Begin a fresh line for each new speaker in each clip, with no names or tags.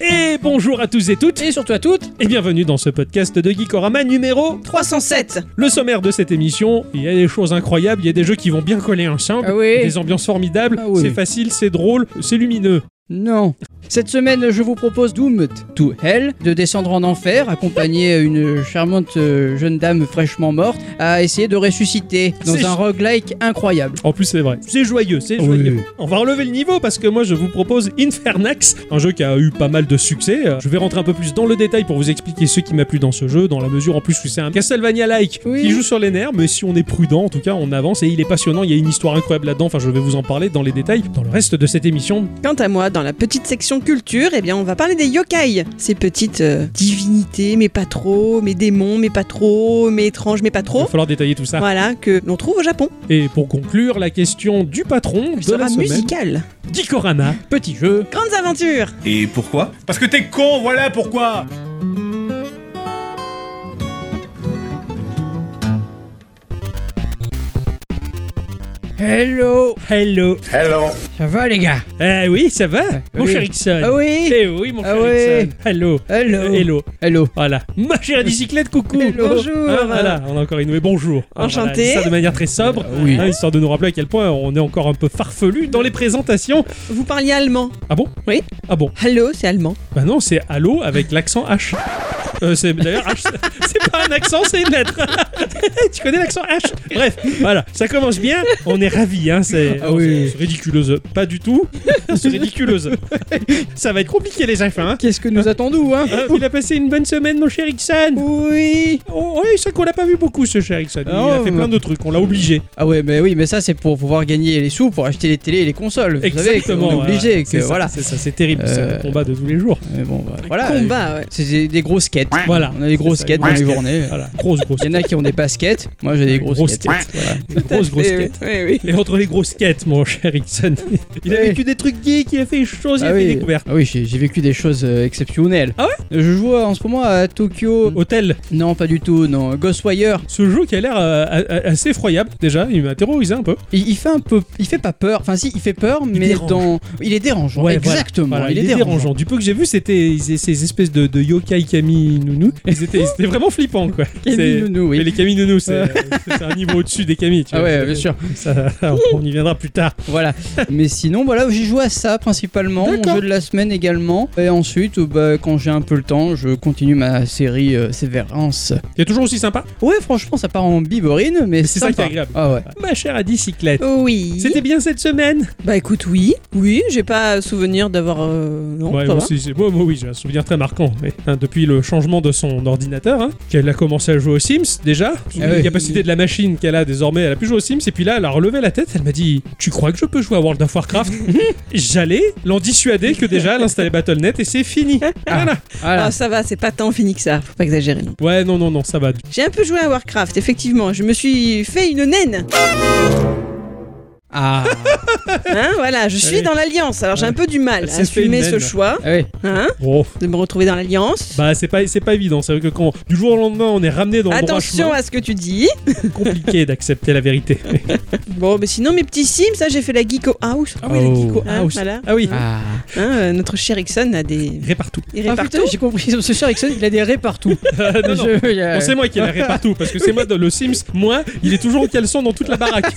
Et bonjour à tous et toutes,
Et surtout à toutes,
et bienvenue dans ce podcast de Geekorama numéro.
307
Le sommaire de cette émission, il y a des choses incroyables, il y a des jeux qui vont bien coller ensemble,
Ah oui.
des ambiances formidables,
Ah oui.
c'est facile, c'est drôle, c'est lumineux.
Non. Cette semaine, je vous propose Doom to Hell, de descendre en enfer, accompagner une charmante euh, jeune dame fraîchement morte, à essayer de ressusciter dans
C'est-
un roguelike incroyable.
En plus, c'est vrai. C'est joyeux, c'est
Oui.
joyeux. On va relever le niveau parce que moi, je vous propose Infernax, un jeu qui a eu pas mal de succès. Euh, Je vais rentrer un peu plus dans le détail pour vous expliquer ce qui m'a plu dans ce jeu, dans la mesure en plus où c'est un Castlevania-like
Oui.
qui joue sur les nerfs, mais si on est prudent, en tout cas, on avance et il est passionnant. Il y a une histoire incroyable là-dedans. Enfin, je vais vous en parler dans les détails dans le reste de cette émission.
Quant à moi, dans la petite section culture, eh bien, on va parler des yokai. Ces petites euh, divinités, mais pas trop, mais démons, mais pas trop, mais étranges, mais pas
Il va
trop.
falloir détailler tout ça.
Voilà, que l'on trouve au Japon.
Et pour conclure, la question du patron
Elle
de la
sera
semaine,
musicale.
Dikorama.
Petit jeu.
Grandes aventures
Et pourquoi Parce que t'es con, voilà pourquoi
Hello
Hello.
Hello
Ça va les gars
Eh oui, ça va, mon
oui.
cher Ixon.
Ah oui
Eh oui, mon
Ah
cher
oui.
Ixon. Hello. Euh,
Hello
hello.
Hello
Voilà. Ma chère bicyclette, coucou.
Hello.
Bonjour.
Ah, voilà, on a encore inoué. Bonjour. Ah, voilà,
Enchanté.
Ça de manière très sobre,
Euh, oui.
hein, histoire de nous rappeler à quel point on est encore un peu farfelu dans les présentations.
Vous parliez allemand.
Ah bon
Oui.
Ah bon
Hello, c'est allemand.
Bah non, c'est allô avec l'accent H. Euh, c'est d'ailleurs H, c'est pas un accent, c'est une lettre. tu connais l'accent H Bref, voilà, ça commence bien. On est ravis, hein. C'est
Ah oui.
c'est ridiculeuse, pas du tout. C'est ridiculeuse. ça va être compliqué les enfants. Hein.
Qu'est-ce que nous attendons, hein
Euh, il a passé une bonne semaine, mon cher Ixon.
Oui
Oh, oui, c'est qu'on l'a pas vu beaucoup, ce cher Ixon. Il
Ah,
a fait
ouais.
plein de trucs, on l'a obligé.
Ah ouais, mais oui, mais ça c'est pour pouvoir gagner les sous pour acheter les télés et les consoles. Vous
Exactement.
savez, on est obligé
voilà.
que
C'est ça,
voilà.
C'est ça, c'est terrible. C'est
Euh,
un combat de tous les jours.
Mais bon, bah, voilà.
Combat, ouais.
C'est des, des grosses quêtes.
Voilà.
On a des grosses
C'est ça,
quêtes dans
grosses
les
quêtes.
journées.
Voilà, grosse, grosse,
Il y en a qui ont des passes quêtes. Moi j'ai des grosses,
Grosses
quêtes. Voilà.
grosse, grosse
Eh oui,
quête.
eh oui.
Et entre les grosses quêtes, mon cher Ixon. Il a
Eh Oui.
vécu des trucs geeks, il a fait des choses, il
Ah
a fait des
oui,
découvertes.
ah oui j'ai j'ai vécu des choses euh, exceptionnelles.
Ah
ouais Je joue euh, en ce moment à Tokyo.
Hôtel,
Non, pas du tout, non. Ghostwire,
ce jeu qui a l'air euh, a- a- assez effroyable déjà, il m'a terrorisé un peu.
il, il fait un peu. Il fait pas peur. Enfin, si, il fait peur, mais
dérange.
dans. Il est dérangeant.
Ouais, voilà.
Exactement.
Voilà,
il, est dérangeant.
Du peu que j'ai vu, c'était ils- ces espèces de, de yokai kami nounou. Ils étaient, ils étaient vraiment flippants quoi.
Kami
C'est-
Nounou, oui.
Mais les kami nounou, c'est euh,
Ouais.
c'est un niveau au-dessus des kami. Tu
Ah
vois,
ouais,
c'est-
bien sûr.
ça- on y viendra plus tard.
Voilà. Mais sinon, voilà, j'ai joué à ça principalement. Mon
D'accord.
jeu de la semaine également. Et ensuite, euh, bah, quand j'ai un peu le temps, je continue ma série euh, Sévérance.
Il est toujours aussi sympa.
Ouais, franchement, ça part en biborine, mais
c'est ça
sympa.
qui est agréable.
Ah ouais.
Ma chère bicyclette.
Oui.
C'était bien cette semaine
Bah écoute, oui. Oui, j'ai pas souvenir d'avoir. euh, Non,
Ouais,
ça va.
moi, c'est- c'est- moi- moi, oui, j'ai un souvenir très marquant. mais, hein, depuis le changement de son ordinateur, hein, qu'elle a commencé à jouer aux Sims déjà,
Ah
les
oui.
capacités de la machine qu'elle a désormais, elle a pu jouer aux Sims, et puis là, elle a relevé la tête, elle m'a dit Tu crois que je peux jouer à World of Warcraft J'allais l'en dissuader que déjà elle installait BattleNet et c'est fini. Voilà.
Voilà.
Ah, ça va, c'est pas tant fini que ça, faut pas exagérer. non.
Ouais, non, non, non, ça va.
J'ai un peu joué à Warcraft, effectivement. Je me suis fait une naine.
Ah.
Hein, voilà, je suis
Allez.
dans l'Alliance, alors j'ai un peu du mal
Elle
à
s'est fait
assumer
une
ce
naine.
choix,
Ah oui.
hein,
Bon,
de me retrouver dans l'Alliance.
bah, c'est pas, c'est pas évident. C'est vrai que quand du jour au lendemain, on est ramené dans
Attention
le
à ce que tu dis.
droit chemin, compliqué d'accepter la vérité.
Bon, mais sinon, mes petits sims, ça j'ai fait la Geeko House.
Ah oui, la Geeko
Hein,
House.
voilà.
Ah oui,
Ah.
Hein, euh, notre cher Ixon a des.
répartout.
Il
Ah,
répartit.
putain, j'ai compris. Ce cher Ixon, il a des raies partout.
Ah, non, non.
Je- il y a-
Non, c'est moi qui l'ai partout parce que c'est moi dans le Sims. Moi, il est toujours en caleçon dans toute la baraque.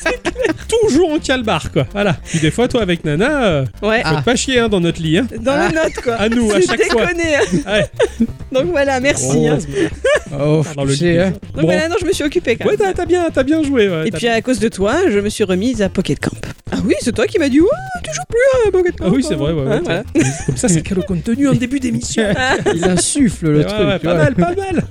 toujours en calbar quoi. Voilà. Puis des fois, toi avec Nana, euh,
Ouais.
Ah.
faut te pas chier hein, dans notre lit. Hein.
Dans
Ah.
le note, quoi.
À nous, à
C'est
chaque fois.
déconné, hein.
Ouais.
Donc voilà, merci. hein.
Oh,
Dans le
je sais,
lit.
hein.
Donc
Bon.
voilà, non, je me suis occupée quand
Ouais,
même.
t'as t'as bien, t'as bien joué. ouais.
Et
T'as-
puis à cause de toi, je me suis remise à Pocket Camp. Ah oui, c'est toi qui m'as dit, ouais, tu joues plus à Pocket Camp.
Ah oui, c'est vrai. Ouais, ouais,
Hein, voilà.
t'as-
Ah,
Comme ça, c'est calé au contenu en début d'émission.
il insuffle le
Ouais,
truc.
ouais,
tu
pas
vois.
mal, pas mal.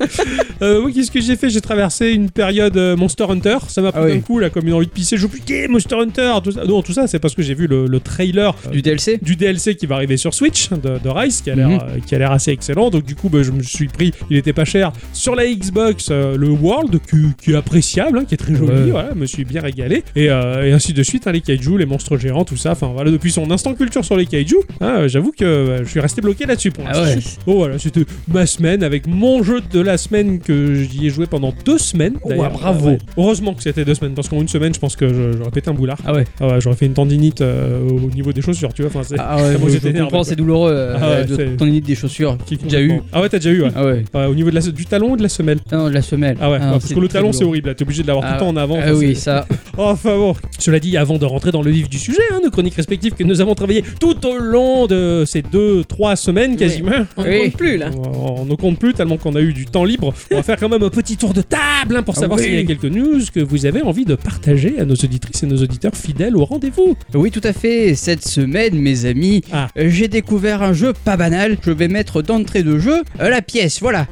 Euh, oui, qu'est-ce que j'ai fait J'ai traversé une période euh, Monster Hunter. Ça m'a pris
Ah oui.
d'un coup là, comme une envie de pisser. Je joue putain Monster Hunter. Tout ça. Non, tout ça, c'est parce que j'ai vu le, le trailer
Du DLC
du DLC qui va arriver sur Switch de, de Rise qui a l'air
Mhm.
euh, qui a l'air assez excellent donc du coup bah, je me suis pris il était pas cher sur la Xbox euh, le World qui, qui est appréciable hein, qui est très joli
Ouais.
voilà je me suis bien régalé et, euh, et ainsi de suite hein, les kaiju kaiju, les monstres géants, tout ça. Enfin voilà, depuis son instant culture sur les kaiju, hein, euh, j'avoue que euh, je suis resté bloqué là-dessus pour
Ah
l'instant.
ouais.
Bon voilà, c'était ma semaine avec mon jeu de la semaine que j'y ai joué pendant deux semaines.
Oh,
D'ailleurs,
ah, bravo.
Heureusement que c'était deux semaines parce qu'en une semaine, je pense que je- j'aurais pété un boulard.
Ah ouais.
Ah ouais, j'aurais fait une tendinite euh, au niveau des chaussures, tu vois. Enfin, c'est
Ah ouais,
Comment
je, je
c'était énervé,
comprends,
quoi.
c'est douloureux euh,
Ah ouais,
de
c'est-
ton unité des chaussures.
qui
J'ai déjà eu.
Ah ouais, t'as déjà eu. ouais.
Ah ouais.
Ouais, au niveau de la, du talon ou de la semelle
Ah non, de la semelle.
Ah ouais,
non,
ouais, parce
c'est
que le
très
talon c'est
douloureux.
horrible, là, t'es obligé de l'avoir
Ah
tout le temps en avant.
Ah
Enfin,
oui,
c'est-
ça.
Oh, enfin bon. Cela dit, avant de rentrer dans le vif du sujet, hein, nos chroniques respectives que nous avons travaillées tout au long de ces deux, trois semaines quasiment.
On
Oui.
ne compte plus là.
On, on ne compte plus tellement qu'on a eu du temps libre. On va faire quand même un petit tour de table hein, pour
Ah
savoir
oui.
s'il y a quelques news que vous avez envie de partager à nos auditrices et nos auditeurs fidèles au rendez-vous.
Oui, tout à fait. Cette semaine, mes amis,
Ah.
euh, j'ai découvert un jeu pas banal. Je vais mettre d'entrée de jeu euh, la pièce. Voilà.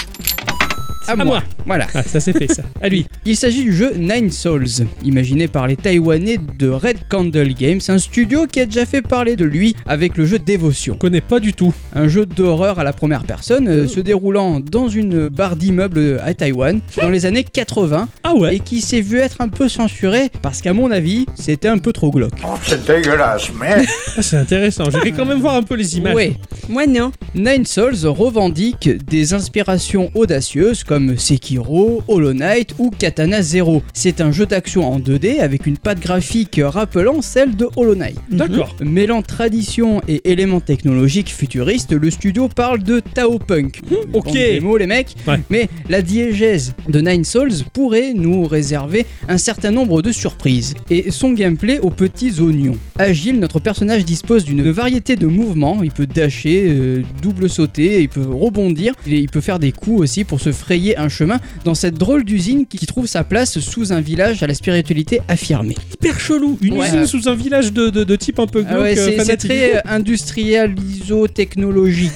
À,
À moi.
Voilà.
Ah, ça c'est fait ça. À lui.
Il s'agit du jeu Nine Souls, imaginé par les Taïwanais de Red Candle Games, un studio qui a déjà fait parler de lui avec le jeu Dévotion.
Je connais pas du tout.
Un jeu d'horreur à la première personne euh, se déroulant dans une barre d'immeuble à Taïwan dans les années 80
Ah ouais.
et qui s'est vu être un peu censuré parce qu'à mon avis, c'était un peu trop glauque.
C'est dégueulasse, mais...
Ah, c'est intéressant. J'irai quand même voir un peu les images.
Ouais.
Moi non.
Nine Souls revendique des inspirations audacieuses comme Sekiro, Hollow Knight ou Katana Zero. C'est un jeu d'action en 2D avec une patte graphique rappelant celle de Hollow Knight.
D'accord.
Mêlant tradition et éléments technologiques futuristes, le studio parle de Tao Punk.
ok.
Bande des mots, les mecs.
Ouais.
Mais la diégèse de Nine Souls pourrait nous réserver un certain nombre de surprises. Et son gameplay aux petits oignons. Agile, notre personnage dispose d'une variété de mouvements. Il peut dasher, euh, double sauter, il peut rebondir. Et il peut faire des coups aussi pour se frayer un chemin dans cette drôle d'usine qui trouve sa place sous un village à la spiritualité affirmée.
Hyper chelou. Une
Ouais.
usine sous un village de, de, de type un peu glauque.
Ah ouais,
euh,
c'est c'est
fanatique.
très euh, industriel, iso-technologique.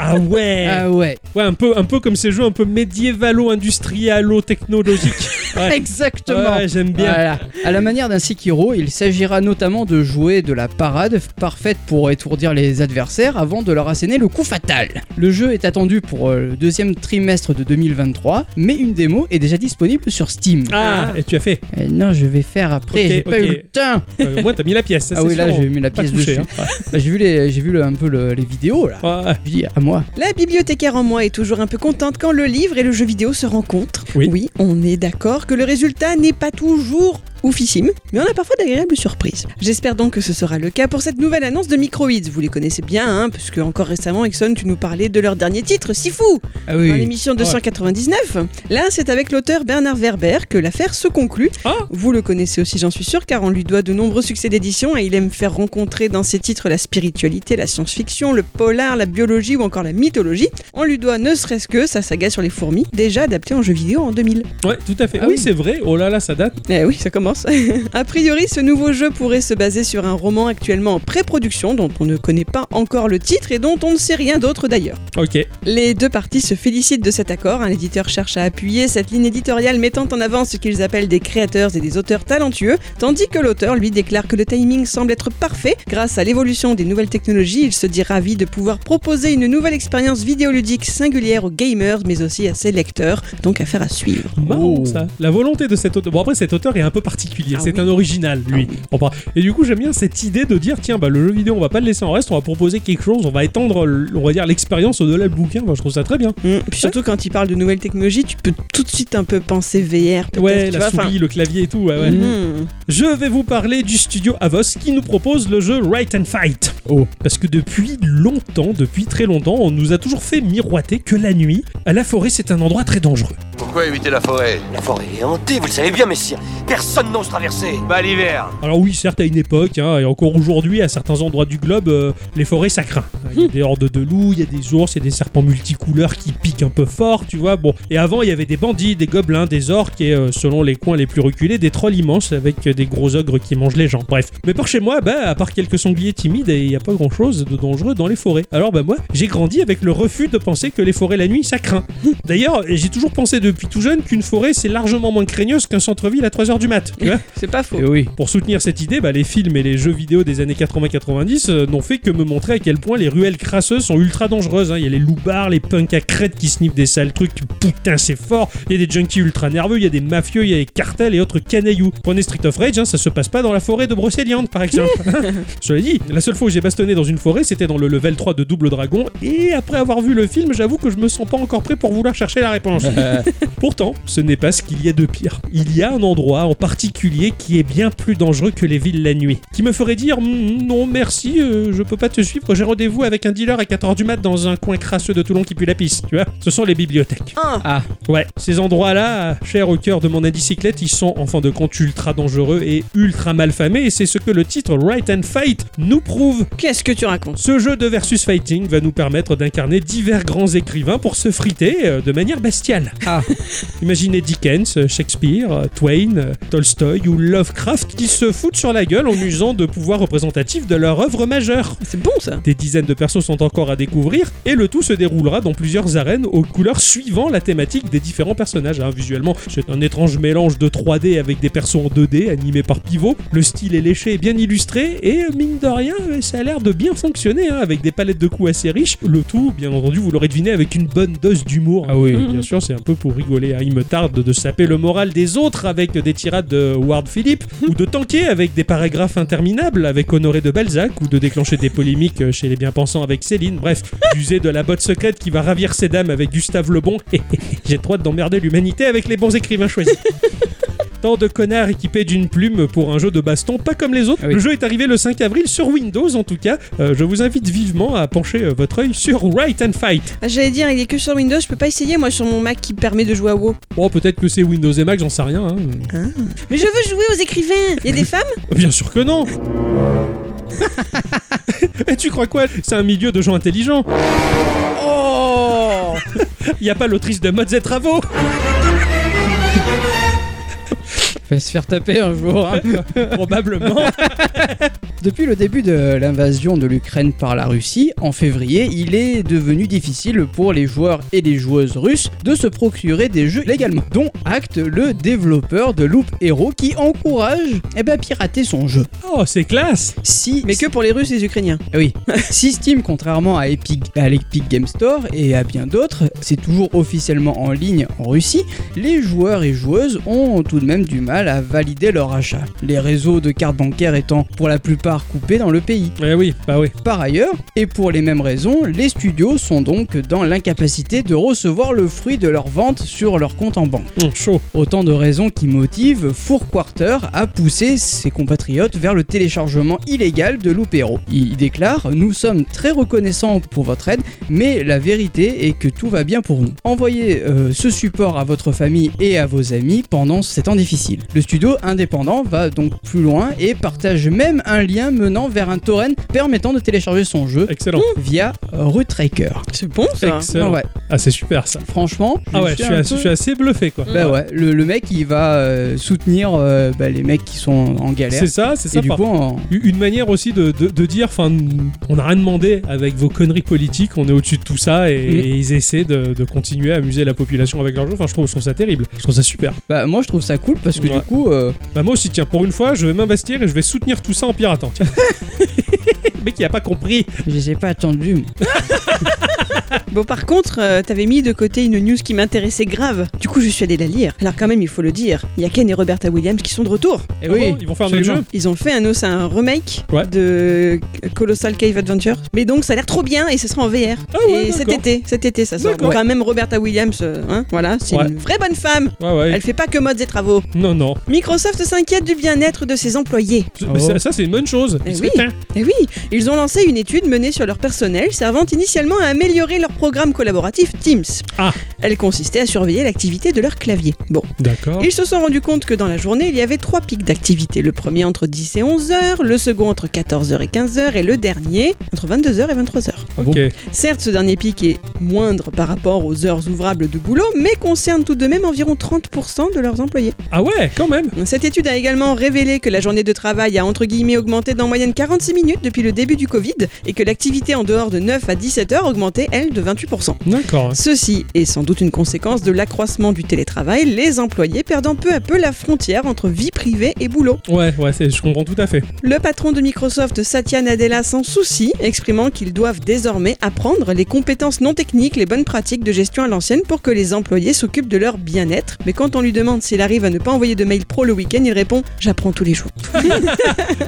Ah ouais.
ah ouais.
Ouais, un peu, un peu comme ces jeux un peu médiévalo-industrialo-technologiques. Ouais.
Exactement.
ouais, j'aime bien.
Voilà. À la manière d'un Sekiro, il s'agira notamment de jouer de la parade parfaite pour étourdir les adversaires avant de leur asséner le coup fatal. Le jeu est attendu pour euh, le deuxième trimestre de 2023, mais une démo est déjà disponible sur Steam.
Ah, et tu as fait.
Euh, non, je vais faire après,
Ok,
j'ai pas
ok.
eu le temps.
Euh, moi, t'as mis la pièce. ça,
Ah
c'est
oui, là
sûr,
j'ai mis la
pas
pièce
touché,
dessus.
hein.
Bah, j'ai vu les, j'ai vu le- un peu le- les vidéos là.
Ouais.
Je dis à moi.
La bibliothécaire en moi est toujours un peu contente quand le livre et le jeu vidéo se rencontrent.
Oui.
on est d'accord que le résultat n'est pas toujours oufissime, mais on a parfois d'agréables surprises. J'espère donc que ce sera le cas pour cette nouvelle annonce de Microids. Vous les connaissez bien, hein, puisque encore récemment, Exxon, tu nous parlais de leur dernier titre, si fou
Ah oui.
dans l'émission 299. Là, c'est avec l'auteur Bernard Werber que l'affaire se conclut.
Ah.
Vous le connaissez aussi, j'en suis sûr, car on lui doit de nombreux succès d'édition et il aime faire rencontrer dans ses titres la spiritualité, la science-fiction, le polar, la biologie ou encore la mythologie. On lui doit ne serait-ce que sa saga sur les fourmis, déjà adaptée en jeu vidéo en 2000.
Ouais, tout à fait. Ah
Ah
oui,
oui.
c'est vrai. Oh là là, ça date.
Eh oui, ça commence. a priori, ce nouveau jeu pourrait se baser sur un roman actuellement en pré-production dont on ne connaît pas encore le titre et dont on ne sait rien d'autre d'ailleurs.
Ok.
Les deux parties se félicitent de cet accord. Un L'éditeur cherche à appuyer cette ligne éditoriale mettant en avant ce qu'ils appellent des créateurs et des auteurs talentueux, tandis que l'auteur lui déclare que le timing semble être parfait. Grâce à l'évolution des nouvelles technologies, il se dit ravi de pouvoir proposer une nouvelle expérience vidéoludique singulière aux gamers, mais aussi à ses lecteurs. Donc affaire à suivre.
Marrant
Oh.
ça. La volonté de cet auteur. Bon après cet auteur est un peu particulier.
Ah
c'est
oui.
un original lui.
Ah
Enfin, Et du coup j'aime bien cette idée de dire tiens bah le jeu vidéo on va pas le laisser en reste, on va proposer quelque chose, on va étendre l- on va dire l'expérience au-delà du bouquin. Moi je trouve ça très bien.
Mm. Puis surtout quand il parle de nouvelles technologies, tu peux tout de suite un peu penser VR, peut-être.
Ouais
tu
la
vois, enfin,
souris, le clavier et tout. Ouais, ouais.
mm.
Je vais vous parler du studio Avos qui nous propose le jeu Right and Fight.
Oh.
Parce que depuis longtemps, depuis très longtemps, on nous a toujours fait miroiter que la nuit, à la forêt c'est un endroit très dangereux.
Pourquoi éviter la forêt
La forêt est hantée, vous le savez bien, messire. Personne n'ose traverser.
Bah l'hiver
Alors oui, certes à une époque, hein, et encore aujourd'hui, à certains endroits du globe, euh, les forêts ça craint. Il y a des hordes de loups, il y a des ours, il y a des serpents multicouleurs qui piquent un peu fort, tu vois. Bon, et avant il y avait des bandits, des gobelins, des orques et euh, selon les coins les plus reculés, des trolls immenses avec euh, des gros ogres qui mangent les gens. Bref, mais par chez moi, bah à part quelques sangliers timides, et il n'y a pas grand chose de dangereux dans les forêts. Alors bah moi, j'ai grandi avec le refus de penser que les forêts la nuit ça craint. D'ailleurs, j'ai toujours pensé de depuis tout jeune qu'une forêt, c'est largement moins craigneuse qu'un centre-ville à 3h du mat. tu vois.
C'est pas faux.
Eh oui.
Pour soutenir cette idée, bah, les films et les jeux vidéo des années 80-90 euh, n'ont fait que me montrer à quel point les ruelles crasseuses sont ultra dangereuses. hein. Il y a les loupards, les punks à crête qui sniffent des sales trucs, putain c'est fort. Il y a des junkies ultra nerveux, il y a des mafieux, il y a des cartels et autres canailloux. Prenez Street of Rage, hein, ça se passe pas dans la forêt de Brocéliande par exemple. Hein. Cela dit, la seule fois où j'ai bastonné dans une forêt, c'était dans le level 3 de Double Dragon, et après avoir vu le film, j'avoue que je me sens pas encore prêt pour vouloir chercher la réponse. Pourtant, ce n'est pas ce qu'il y a de pire. Il y a un endroit en particulier qui est bien plus dangereux que les villes la nuit, qui me ferait dire Mm, non merci, euh, je peux pas te suivre, j'ai rendez-vous avec un dealer à 4h du mat dans un coin crasseux de Toulon qui pue la pisse, tu vois. Ce sont les bibliothèques.
Ah.
Ah,
Ouais, ces endroits-là, chers au cœur de mon indicyclette, ils sont en fin de compte ultra dangereux et ultra malfamés, et c'est ce que le titre Right and Fight nous prouve.
Qu'est-ce que tu racontes
Ce jeu de versus fighting va nous permettre d'incarner divers grands écrivains pour se friter euh, de manière bestiale.
Ah.
Imaginez Dickens, euh, Shakespeare, euh, Twain, euh, Tolstoy ou Lovecraft qui se foutent sur la gueule en usant de pouvoirs représentatifs de leur œuvre majeure.
C'est bon ça.
Des dizaines de persos sont encore à découvrir et le tout se déroulera dans plusieurs arènes aux couleurs suivant la thématique des différents personnages. hein. Visuellement, c'est un étrange mélange de 3D avec des persos en 2D animés par pivot. Le style est léché et bien illustré et euh, mine de rien, euh, ça a l'air de bien fonctionner hein, avec des palettes de coups assez riches. Le tout, bien entendu, vous l'aurez deviné, avec une bonne dose d'humour.
ah oui.
Bien sûr, c'est un peu pour rigoler. hein. Il me tarde de saper le moral des autres avec des tirades de Ward Philippe ou de tanker avec des paragraphes interminables avec Honoré de Balzac ou de déclencher des polémiques euh, chez les bien-pensants avec Céline. Bref, d'user de la botte secrète qui va ravir ces dames avec Gustave Lebon. J'ai trop hâte d'emmerder l'humanité avec les bons écrivains choisis. Tant de connards équipés d'une plume pour un jeu de baston pas comme les autres.
Ah oui.
Le jeu est arrivé le 5 avril sur Windows en tout cas. Euh, je vous invite vivement à pencher euh, votre œil sur Right and Fight.
Ah, J'allais dire, il est que sur Windows, je peux pas essayer moi sur mon Mac qui permet de jouer à WoW.
Bon, Oh, peut-être que c'est Windows et Mac, j'en sais rien. hein.
Mais je veux jouer aux écrivains. Il y a des femmes
Bien sûr que non Et tu crois quoi C'est un milieu de gens intelligents
Oh
Il n'y a pas l'autrice de modes et travaux
Va se faire taper un jour. hein.
Probablement
Depuis le début de l'invasion de l'Ukraine par la Russie, en février, il est devenu difficile pour les joueurs et les joueuses russes de se procurer des jeux légalement, dont acte le développeur de Loop Hero qui encourage eh ben, pirater son jeu.
Oh, c'est classe
Si,
Mais que pour les Russes et les Ukrainiens.
Ah Oui. si Steam, contrairement à Epic, à l'Epic Game Store et à bien d'autres, c'est toujours officiellement en ligne en Russie, les joueurs et joueuses ont tout de même du mal à valider leur achat. Les réseaux de cartes bancaires étant pour la plupart coupés dans le pays.
Eh oui, bah oui.
Par ailleurs, et pour les mêmes raisons, les studios sont donc dans l'incapacité de recevoir le fruit de leur vente sur leur compte en banque.
Hum, chaud.
Autant de raisons qui motivent Fourquarter à pousser ses compatriotes vers le téléchargement illégal de Loupéro. Il déclare Nous sommes très reconnaissants pour votre aide, mais la vérité est que tout va bien pour nous. Envoyez euh, ce support à votre famille et à vos amis pendant ces temps difficiles. Le studio indépendant va donc plus loin et partage même un lien menant vers un torrent permettant de télécharger son jeu
Excellent.
via Rootracker.
C'est bon ça.
Excellent.
Ouais,
Ah, c'est super ça.
franchement,
Ah ouais, je suis,
un
assez,
peu-
je suis assez bluffé quoi.
bah ouais, le, le mec il va euh, soutenir euh, bah, les mecs qui sont en galère.
C'est ça, c'est
Et
ça.
du
par-
coup, en-
Une manière aussi de, de- de dire, enfin, on n'a rien demandé avec vos conneries politiques, on est au-dessus de tout ça et,
Mm.
et ils essaient de, de continuer à amuser la population avec leur jeu. Enfin, je trouve, je trouve ça terrible. Je trouve ça super.
bah, moi je trouve ça cool parce que
Ouais.
du coup, euh,
Bah moi aussi, tiens, pour une fois, je vais m'investir et je vais soutenir tout ça en piratant. Tiens. Le mec, il a pas compris.
je les ai pas attendus.
Bon, par contre, euh, t'avais mis de côté une news qui m'intéressait grave. Du coup, je suis allée la lire. Alors, quand même, il faut le dire, il y a Ken et Roberta Williams qui sont de retour.
Et
Ah
oui,
bon, ils vont faire un autre
absolument.
jeu.
Ils ont fait un os, un remake
Ouais.
de Colossal Cave Adventure. Mais donc, ça a l'air trop bien et ce sera en VR.
Ah ouais,
et cet
d'accord.
été, cet été, ça sort.
D'accord.
Donc, quand même, Roberta Williams, euh, hein, voilà, c'est
Ouais.
une vraie bonne femme.
Ouais, ouais.
Elle fait pas que modes et travaux.
Non, non.
Microsoft s'inquiète du bien-être de ses employés.
Mais
Oh.
ça, ça, c'est une bonne chose.
Eh
Parce
oui.
que, tiens,
Eh oui, ils ont lancé une étude menée sur leur personnel servant initialement à améliorer leur programme collaboratif Teams.
Ah.
Elle consistait à surveiller l'activité de leur clavier. Bon,
D'accord.
ils se sont rendus compte que dans la journée, il y avait trois pics d'activité. Le premier entre 10 et 11 heures, le second entre 14 h et 15 heures et le dernier entre 22 h et 23 heures.
Ok.
Certes, ce dernier pic est moindre par rapport aux heures ouvrables de boulot, mais concerne tout de même environ 30% de leurs employés.
Ah ouais, quand même.
Cette étude a également révélé que la journée de travail a entre guillemets augmenté d'en moyenne 46 minutes depuis le début du Covid et que l'activité en dehors de 9 à 17 heures augmentait, elle, de 28%.
D'accord.
Ceci est sans doute une conséquence de l'accroissement du télétravail, les employés perdant peu à peu la frontière entre vie privée et boulot.
Ouais, ouais, c'est- je comprends tout à fait.
Le patron de Microsoft, Satya Nadella, s'en soucie, exprimant qu'ils doivent désormais apprendre les compétences non techniques, les bonnes pratiques de gestion à l'ancienne pour que les employés s'occupent de leur bien-être. Mais quand on lui demande s'il arrive à ne pas envoyer de mail pro le week-end, il répond J'apprends tous les jours.
Ouais,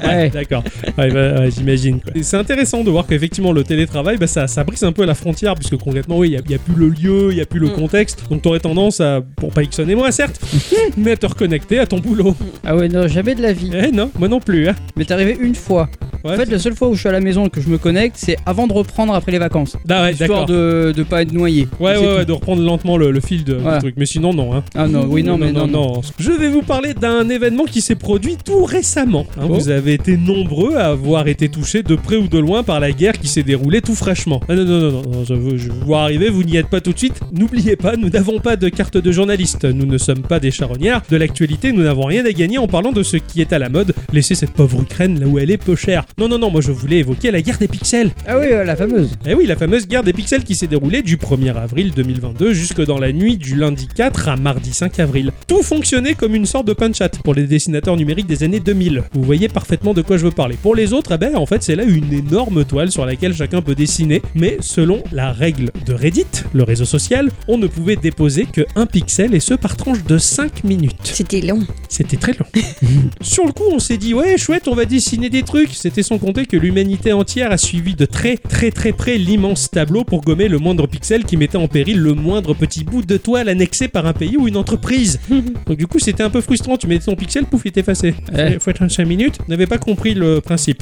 Ouais.
D'accord. Ouais, bah, ouais, J'imagine. quoi. Et C'est intéressant de voir qu'effectivement le télétravail, bah, ça, ça brise un peu la frontière, puisque concrètement, oui, il n'y a, plus le lieu, il n'y a plus le
Mm.
contexte. Donc t'aurais tendance à, pour pas Ixon et moi, certes, mais à te reconnecter à ton boulot.
Ah ouais, non, jamais de la vie.
Eh non, moi non plus. hein.
Mais t'es arrivé une fois.
Ouais.
En fait, la seule fois où je suis à la maison et que je me connecte, c'est avant de reprendre après les vacances.
Ah ouais,
histoire
d'accord.
de, de pas être noyé.
Ouais,
C'est
ouais, ouais,
tout.
de reprendre lentement le, le fil de, du
Voilà.
truc. Mais sinon, non. Hein.
Ah non, oui, non, mais non, non.
Je vais vous parler d'un événement qui s'est produit tout récemment. hein.
Oh.
Vous avez été nombreux à avoir été touchés de près ou de loin par la guerre qui s'est déroulée tout fraîchement. Ah non, non, non, non, non, je, veux- je vous vois arriver, vous n'y êtes pas tout de suite. N'oubliez pas, nous n'avons pas de carte de journaliste. Nous ne sommes pas des charognards. De l'actualité, nous n'avons rien à gagner en parlant de ce qui est à la mode. Laissez cette pauvre Ukraine là où elle est peu chère. Non, non, non, moi je voulais évoquer la guerre des pixels.
Ah oui, euh, la fameuse.
Eh oui, la fameuse guerre des pixels qui s'est déroulée du 1er avril 2022 jusque dans la nuit du lundi 4 à mardi 5 avril. Tout fonctionnait comme une sorte de punch pour les dessinateurs numériques des années 2000. Vous voyez parfaitement de quoi je veux parler. Pour les autres, eh ben, en fait, c'est là une énorme toile sur laquelle chacun peut dessiner, mais selon la règle de Reddit, le réseau social, on ne pouvait déposer que un pixel et ce par tranche de 5 minutes.
C'était long.
C'était très long. Sur le coup, on s'est dit, ouais, chouette, on va dessiner des trucs. C'était sans compter que l'humanité entière a suivi de très, très, très près l'immense tableau pour gommer le moindre pixel qui mettait en péril le moindre petit bout de toile annexé par un pays ou une entreprise. Donc, du coup, c'était un peu frustrant. Tu mettais ton pixel, pouf, il était effacé.
Ouais.
Il faut être en 5 minutes. On N'avait pas compris le principe.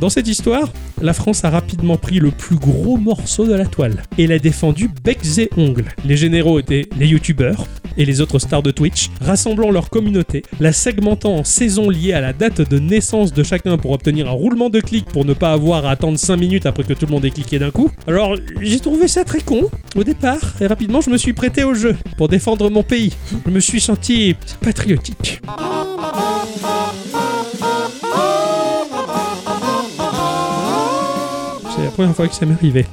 Dans cette histoire, la France a rapidement pris le plus gros morceau de la toile et l'a défendu bec et ongles. Les généraux étaient les youtubeurs et les autres stars de Twitch, rassemblant leur communauté, la segmentant en saisons liées à la date de naissance de chacun pour obtenir un roulement de clics pour ne pas avoir à attendre 5 minutes après que tout le monde ait cliqué d'un coup. Alors, j'ai trouvé ça très con au départ et rapidement je me suis prêté au jeu pour défendre mon pays. Je me suis senti patriotique. C'est la première fois que ça m'est arrivé.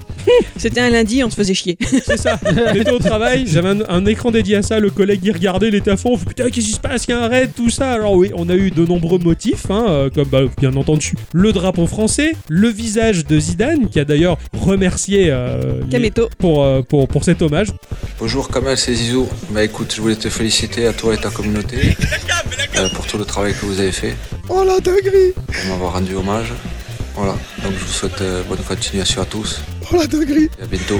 C'était un lundi, on se faisait chier.
C'est ça. J'étais au travail, j'avais un, un écran dédié à ça. Le collègue il regardait, il était à fond. on fait, Putain, qu'est-ce qui se passe Il y a un raid, tout ça. Alors oui, on a eu de nombreux motifs, hein, euh, comme bah, bien entendu le drapeau français, le visage de Zidane, qui a d'ailleurs remercié euh, les-
Kameto.
pour, euh, pour, pour cet hommage.
Bonjour Kamel, c'est Zizou. Bah écoute, je voulais te féliciter à toi et ta communauté euh, pour tout le travail que vous avez fait. Oh la dinguerie Pour m'avoir rendu hommage. Voilà, donc je vous souhaite euh, bonne continuation à tous. Oh la dinguerie Et à bientôt.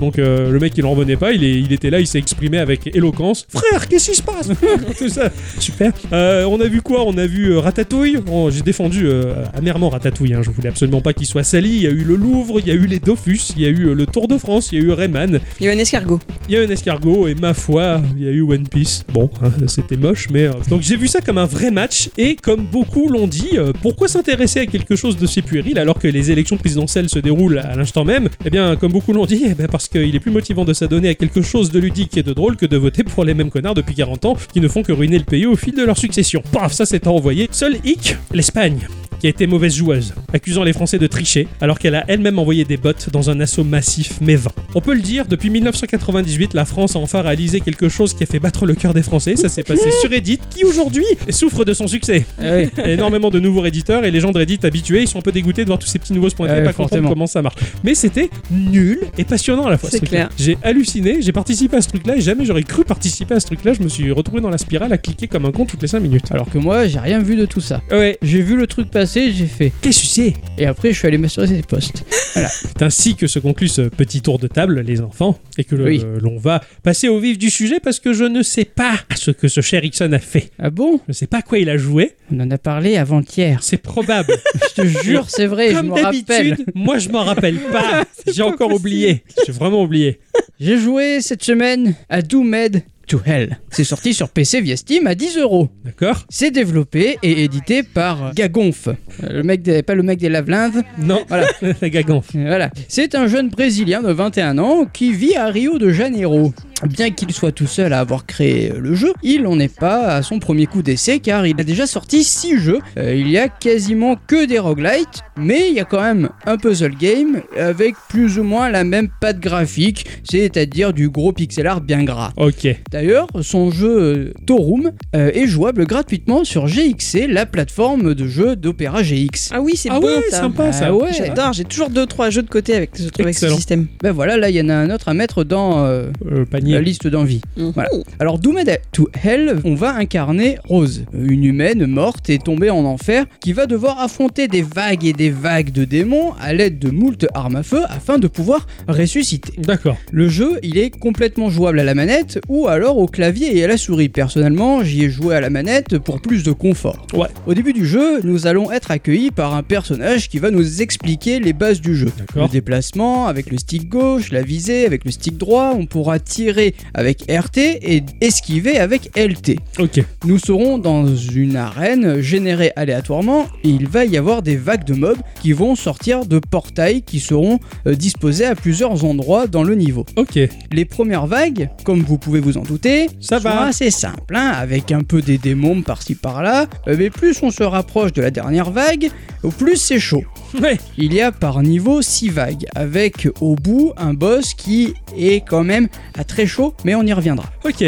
Donc euh, le mec, il en revenait pas. Il, est- il était là, il s'est exprimé avec éloquence. Frère, qu'est-ce qui se passe Tout ça. Super. Euh, on a vu quoi On a vu euh, Ratatouille. Bon, J'ai défendu euh, amèrement Ratatouille. hein. Je voulais absolument pas qu'il soit sali. Il y a eu le Louvre, il y a eu les Dofus, il y a eu euh, le Tour de France, il y a eu Rayman,
Il y a eu un escargot.
il y a eu un escargot et ma foi, il y a eu One Piece. Bon, hein, c'était moche, mais euh, donc j'ai vu ça comme un vrai match et comme beaucoup l'ont dit, euh, pourquoi s'intéresser à quelque chose de si puéril alors que les élections présidentielles se déroulent à l'instant même Eh bien, comme beaucoup l'ont dit, eh ben, parce qu'il est plus motivant de s'adonner à quelque chose de ludique et de drôle que de voter pour les mêmes connards depuis 40 ans qui ne font que ruiner le pays au fil de leur succession. Paf, ça c'est à envoyer. Seul hic, l'Espagne qui a été mauvaise joueuse, accusant les Français de tricher, alors qu'elle a elle-même envoyé des bottes dans un assaut massif mais vain. On peut le dire, depuis 1998, la France a enfin réalisé quelque chose qui a fait battre le cœur des Français, ça s'est passé sur Reddit, qui aujourd'hui souffre de son succès.
Ah oui.
Il y a énormément de nouveaux Redditeurs et les gens de Reddit habitués, ils sont un peu dégoûtés de voir tous ces petits nouveaux se pointer,
Ouais,
pas comprendre
forcément.
comment ça marche. Mais c'était nul et passionnant à la fois.
C'est
ce truc-là.
clair.
J'ai halluciné, j'ai participé à ce truc-là et jamais j'aurais cru participer à ce truc-là. Je me suis retrouvé dans la spirale à cliquer comme un con toutes les 5 minutes. Alors,
Alors que moi, j'ai rien vu de tout ça.
ouais,
J'ai vu le truc passer, j'ai fait.
qu'est-ce que c'est
Et après, je suis allé masteriser des postes.
C'est ainsi que se conclut ce petit tour de table, les enfants, et que le-
Oui.
euh, l'on va passer au vif du sujet parce que je ne sais pas ce que ce cher Ixon a fait.
Ah bon
Je ne sais pas à quoi il a joué.
On en a parlé avant-hier.
C'est probable.
Je te jure, c'est vrai, je
Ah Comme
m'en rappelle.
d'habitude, moi je m'en rappelle pas. J'ai encore oublié. J'ai vraiment oublié.
J'ai joué cette semaine à Doomed to Hell. C'est sorti sur PC via Steam à 10 euros.
D'accord
C'est développé et édité par Gagonf. Euh, Le mec des- pas le mec des lave-lindes.
Non, voilà, la gagonfle.
Euh, Voilà. C'est un jeune Brésilien de 21 ans qui vit à Rio de Janeiro. Bien qu'il soit tout seul à avoir créé euh, le jeu, il n'en est pas à son premier coup d'essai car il a déjà sorti 6 jeux. Euh, il y a quasiment que des roguelites, mais il y a quand même un puzzle game avec plus ou moins la même patte graphique, c'est-à-dire du gros pixel art bien gras.
Ok.
D'ailleurs, son jeu euh, Torum euh, est jouable gratuitement sur GXC, la plateforme de jeu d'Opéra GX.
Ah oui, c'est
Ah
bon
ouais,
ça.
sympa ça.
Ah ouais.
J'adore, j'ai toujours deux trois jeux de côté avec, je trouve, avec ce
Excellent.
système.
Ben voilà, là il y en a un autre à mettre dans euh,
Euh,
la
panier.
liste d'envie.
Mhm.
Voilà. Alors Doomed to Hell, on va incarner Rose, une humaine morte et tombée en enfer qui va devoir affronter des vagues et des vagues de démons à l'aide de moult armes à feu afin de pouvoir ressusciter.
D'accord.
Le jeu, il est complètement jouable à la manette ou alors au clavier et à la souris. Personnellement, j'y ai joué à la manette pour plus de confort.
Ouais.
Au début du jeu, nous allons être accueillis par un personnage qui va nous expliquer les bases du jeu. Le
D'accord.
déplacement avec le stick gauche, la visée avec le stick droit, on pourra tirer avec RT et esquiver avec LT.
Ok.
Nous serons dans une arène générée aléatoirement et il va y avoir des vagues de mobs qui vont sortir de portails qui seront euh, disposés à plusieurs endroits dans le niveau.
Ok.
Les premières vagues, comme vous pouvez vous en douter,
Ça
sont
va.
assez simples, hein, avec un peu des démons par-ci par-là, Euh, mais plus on se rapproche de la dernière vague, au plus c'est chaud.
Ouais.
Il y a par niveau 6 vagues, avec au bout un boss qui est quand même à très chaud, mais on y reviendra.
Ok.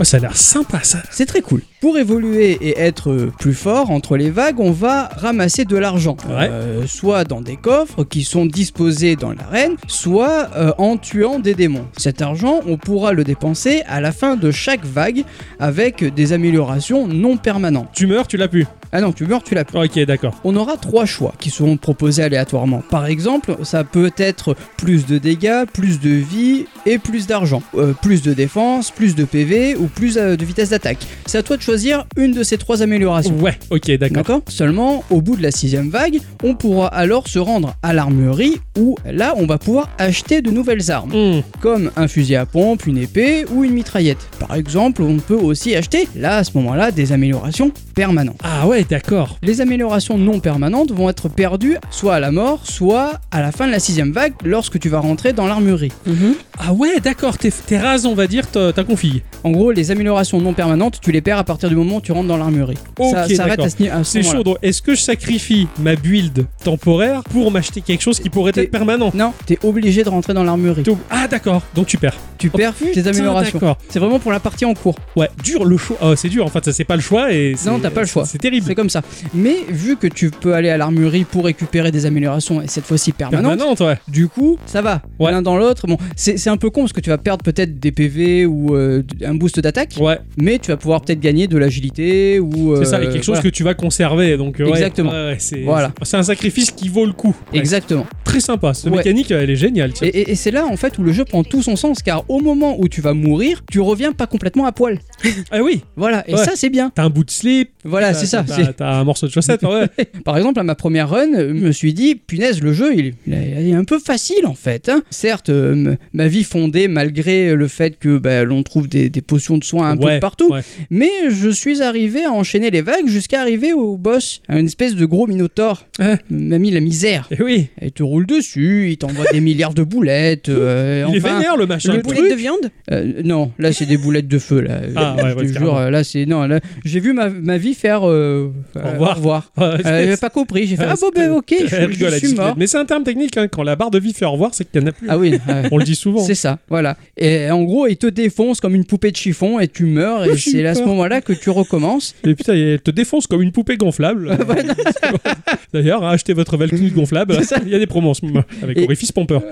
Oh, ça a l'air sympa ça.
C'est très cool. Pour évoluer et être euh, plus fort entre les vagues, on va ramasser de l'argent.
Ouais.
Euh, soit dans des coffres qui sont disposés dans l'arène, soit euh, en tuant des démons. Cet argent, on pourra le dépenser à la fin de chaque vague avec des améliorations non permanentes.
Tu meurs, tu l'as pu.
Ah non, tu meurs, tu l'as plus.
Ok, d'accord.
On aura trois choix qui seront proposés aléatoirement. Par exemple, ça peut être plus de dégâts, plus de vie et plus d'argent. Euh, plus de défense, plus de PV ou plus euh, de vitesse d'attaque. C'est à toi de choisir une de ces trois améliorations.
Ouais. Ok, d'accord.
D'accord Seulement, au bout de la sixième vague, on pourra alors se rendre à l'armurerie où là, on va pouvoir acheter de nouvelles armes
Hmm.
comme un fusil à pompe, une épée ou une mitraillette. Par exemple, on peut aussi acheter, là à ce moment-là, des améliorations permanentes.
Ah ouais, d'accord.
Les améliorations non permanentes vont être perdues soit à la mort, soit à la fin de la sixième vague lorsque tu vas rentrer dans l'armurerie.
Mhm.
Ah ouais, d'accord. T'es t'es rase, on va dire, ta ta config.
En gros, les améliorations non permanentes, tu les perds à partir du moment où tu rentres dans l'armurerie.
Ok,
ça s'arrête
d'accord.
à ce, ni- à ce
C'est
moment-là.
chaud. donc Est-ce que je sacrifie ma build temporaire pour m'acheter quelque chose qui pourrait
T'es-
être permanent
Non, t'es obligé de rentrer dans l'armurerie.
T'es ob- Ah d'accord. Donc tu perds.
Tu
Oh,
perds tes
putain,
améliorations.
D'accord.
C'est vraiment pour la partie en cours.
Ouais, dur le choix. Ah, c'est dur en fait, ça c'est pas le choix et c'est-
Non, t'as pas le choix.
C'est
C'est
terrible.
comme ça. Mais vu que tu peux aller à l'armurerie pour récupérer des améliorations et cette fois-ci permanentes,
Permanente, ouais.
Du coup, ça va.
Ouais.
L'un dans l'autre, bon, c'est c'est un peu con parce que tu vas perdre peut-être des PV ou euh, d- un boost d'attaque,
Ouais,
mais tu vas pouvoir peut-être gagner de l'agilité ou.
c'est ça,
euh,
et quelque chose
voilà.
que tu vas conserver. Donc, ouais,
Exactement.
ouais, ouais, c'est
Voilà.
c'est un sacrifice qui vaut le coup. Ouais,
Exactement.
c'est Très sympa. Cette
Ouais.
mécanique, elle est géniale.
Et,
tiens.
et- et c'est là en fait où le jeu prend tout son sens car au moment où tu vas mourir, tu reviens pas complètement à poil.
Ah oui,
Voilà, et
Ouais.
ça c'est bien.
t'as un bout de slip.
Voilà,
t'as-
Ah, c'est ça.
T'as
c'est-
t'as un morceau de chaussette. ouais.
Par exemple, à ma première run, je me suis dit, punaise, le jeu, il, il est un peu facile en fait. hein. Certes, euh, m- ma vie fondée malgré le fait que bah, l'on trouve des, des potions de soins un
Ouais,
peu partout,
ouais.
Mais je suis arrivé à enchaîner les vagues jusqu'à arriver au boss, à une espèce de gros minotaure.
Hein
M'a mis la misère.
Et oui,
Elle te roule dessus, il t'envoie des milliards de boulettes. euh,
il est
enfin,
vénère le machin.
le
Le
truc-
Boulette de viande
euh, non, là c'est des boulettes de feu. Là,
Ah,
Euh,
ouais,
je
ouais,
te jure,
carrément.
euh, là c'est non. Là, j'ai vu ma, ma vie faire euh, euh,
revoir.
Euh, J'avais pas compris. J'ai fait
Ouais,
ah bon
Ah, c'est-
ben ok, je,
Elle rigole,
je
elle
suis
dit-
mort.
Mais c'est un terme technique. hein, Quand la barre de vie fait au revoir, c'est qu'il n'y en a plus.
Ah oui. ouais.
On le dit souvent.
C'est ça, voilà. Et en gros, il te défonce comme une poupée de chiffon et tu meurs. Et
J'ai eu
c'est à ce
peur.
moment-là que tu recommences.
Et putain, elle te défonce comme une poupée gonflable. D'ailleurs, hein, achetez votre Valkyrie gonflable. Il y a des promos en ce moment, avec
Et-
orifice pompeur.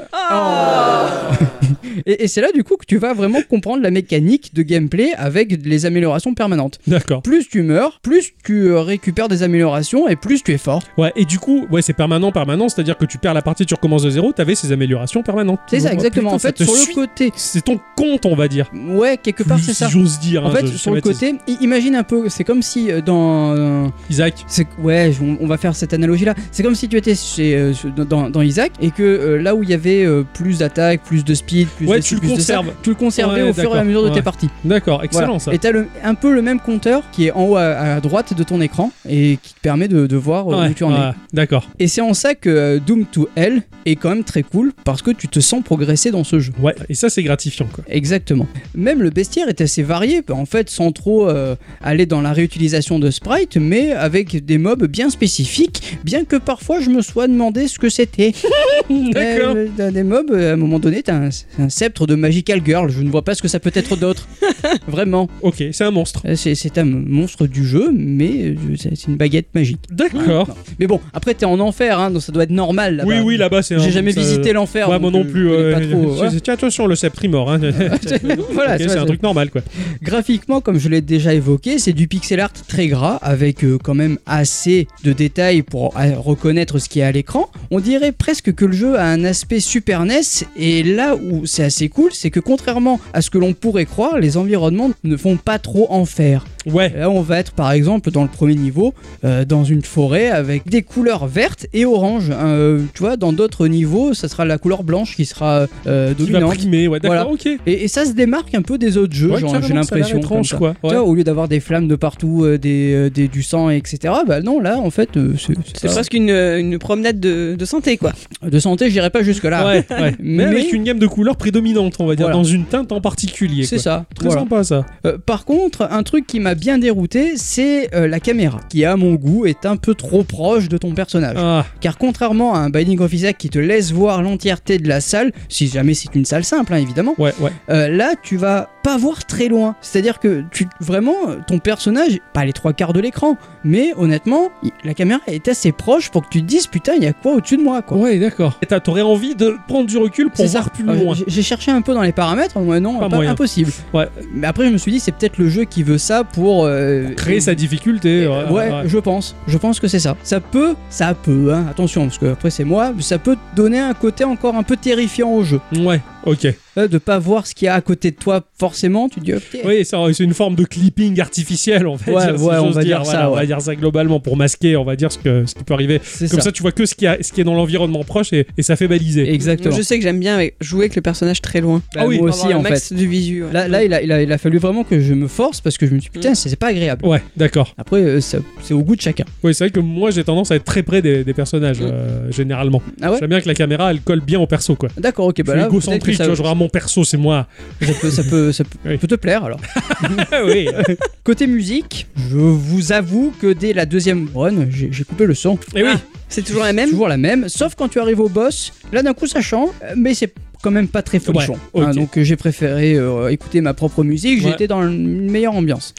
Et, et c'est là du coup que tu vas vraiment comprendre la mécanique de gameplay avec les améliorations permanentes.
D'accord.
Plus tu meurs, plus tu euh, récupères des améliorations et plus tu es fort.
Ouais, et du coup, ouais, c'est permanent, permanent, c'est-à-dire que tu perds la partie, tu recommences de zéro, t'avais ces améliorations permanentes.
C'est ça
Ouais,
exactement.
putain,
en
ça
fait,
te
sur
suit.
le côté,
C'est ton compte, on va dire.
ouais, quelque part
Oui,
c'est
si
ça.
j'ose dire.
En
hein,
fait,
je
sur le
schématise.
côté, i- imagine un peu, c'est comme si euh, dans, euh,
Isaac.
c'est ouais, on, on va faire cette analogie là. C'est comme si tu étais chez, euh, sur- dans, dans Isaac et que euh, là où il y avait euh, plus d'attaque, plus de speed, plus
Ouais,
de
tu
ci,
le
plus de ça,
conserves.
tu le conservais
Ouais,
au fur et à
d'accord.
mesure de
Ouais.
tes parties.
D'accord, excellent
Voilà.
ça.
Et t'as le- un peu le même compteur qui est en haut à, à droite de ton écran et qui te permet de, de voir euh,
Ouais,
où tu en es.
ouais, D'accord.
Et c'est en ça que euh, Doom to Hell est quand même très cool parce que tu te sens progresser dans ce jeu.
Ouais, et ça c'est gratifiant quoi.
Exactement. Même le bestiaire est assez varié, bah, en fait, sans trop euh, aller dans la réutilisation de sprites, mais avec des mobs bien spécifiques, bien que parfois je me sois demandé ce que c'était.
D'accord.
Euh, t'as des mobs, euh, à un moment donné, t'as un, un sceptre de Magical Girl, je ne vois pas ce que ça peut être d'autre. Vraiment.
Ok, c'est un monstre.
Euh, C'est c'est un monstre du jeu, mais euh, c'est c'est une baguette magique.
D'accord.
Mais bon, après, t'es en enfer, hein, donc ça doit être normal là-bas.
Oui, oui, là-bas c'est un.
J'ai jamais
hein, ça-
visité l'enfer.
Ouais, moi
donc,
non
euh, je
plus.
connais pas
ouais.
trop,
C'est-
ouais.
c'est- Tiens, attention, le sceptre il mort. Hein.
Voilà,
Ok,
c'est
c'est
vrai,
un truc normal quoi.
Graphiquement, comme je l'ai déjà évoqué, c'est du pixel art très gras, avec euh, quand même assez de détails pour euh, reconnaître ce qui est à l'écran. On dirait presque que le jeu a un aspect Super NES, et là où c'est assez cool, c'est que contrairement à ce que l'on pourrait croire, les environnements ne font pas trop en faire.
Ouais.
Là, Euh, on va être par exemple dans le premier niveau, euh, dans une forêt avec des couleurs vertes et oranges. Euh, tu vois, dans d'autres niveaux, ça sera la couleur blanche qui sera euh,
Tu vas
dominante.
primer, ouais, d'accord,
Voilà.
ok.
Et, et ça se démarque un peu des autres jeux,
Ouais,
genre,
carrément,
j'ai
ça a l'air
l'impression. comme
étrange
ça.
quoi.
Tu
Ouais.
vois, au lieu d'avoir des flammes de partout, euh, des, euh, des- du sang, etc. Bah non, là, en fait, euh, c'est
C'est presque une, euh, une promenade de, de santé, quoi.
de santé, j'irai pas jusque là.
Ouais, ouais. Mais,
Mais-
avec une gamme de couleurs prédominante, on va dire,
Voilà.
dans une teinte en particulier.
C'est
quoi.
ça.
Très
Voilà.
sympa ça.
Euh, par contre, un truc qui m'a bien dérouté, c'est euh, la caméra, qui à mon goût est un peu trop proche de ton personnage.
Ah,
Car contrairement à un Binding of Isaac qui te laisse voir l'entièreté de la salle, si jamais c'est une salle simple, hein, évidemment,
ouais, ouais.
euh, là tu vas pas voir très loin. C'est-à-dire que tu vraiment ton personnage, pas les trois quarts de l'écran, mais honnêtement, il- la caméra est assez proche pour que tu te dises putain, il y a quoi au-dessus de moi quoi.
Ouais, d'accord. Et t'as- t'aurais envie de prendre du recul pour
C'est
voir
ça.
plus
Euh,
loin.
j'ai- J'ai cherché un peu dans les paramètres, ouais, non,
Pas
pas,
moyen.
impossible.
Ouais.
Mais après, je me suis dit, c'est peut-être le jeu qui veut ça pour euh,
Créer sa difficulté.
Euh, ouais, je pense. Je pense que c'est ça. Ça peut, ça peut, hein, attention, parce que après c'est moi, ça peut donner un côté encore un peu terrifiant au jeu.
Ouais, ok.
Euh, de pas voir ce qu'il y a à côté de toi, forcément, tu te dis, ok.
Oui, ça, c'est une forme de clipping artificiel, en fait.
Ouais,
si
ouais, on
j'ose
va dire ça,
On va
ouais.
dire ça globalement pour masquer, on va dire ce, que, ce qui peut arriver.
c'est
Comme
ça.
ça. tu vois que ce qui, a- ce qui est dans l'environnement proche et, et ça fait baliser.
Exactement.
Je sais que j'aime bien avec- jouer avec le personnage très loin.
Bah,
Ah oui.
moi
Pour avoir
aussi,
le
en
max
fait.
du visu. ouais.
Là, là il, a, il a- il a fallu vraiment que je me force parce que je me suis dit, putain, c'est c'est pas agréable.
Mm. Ouais, d'accord.
Après, euh, ça- c'est au goût de chacun.
Oui, c'est vrai que moi j'ai tendance à être très près des, des personnages, euh, généralement.
Ah ouais
J'aime bien que la caméra elle colle bien au perso, quoi.
D'accord, ok, bah
je
là,
suis
peut-être que
égocentrique,
ça,
tu vois, genre, ah, mon perso, c'est moi.
ça peut, ça peut- ça peut-
Oui.
peut te plaire alors.
Ah oui.
Côté musique, je vous avoue que dès la deuxième run, j'ai j'ai coupé le son.
Et oui.
C'est toujours la même
Toujours la même, sauf quand tu arrives au boss. Là, d'un coup, ça change, euh, mais c'est quand même pas très folichon.
Ouais, ok.
Hein, donc, euh, j'ai préféré euh, écouter ma propre musique.
Ouais.
J'étais dans une meilleure ambiance.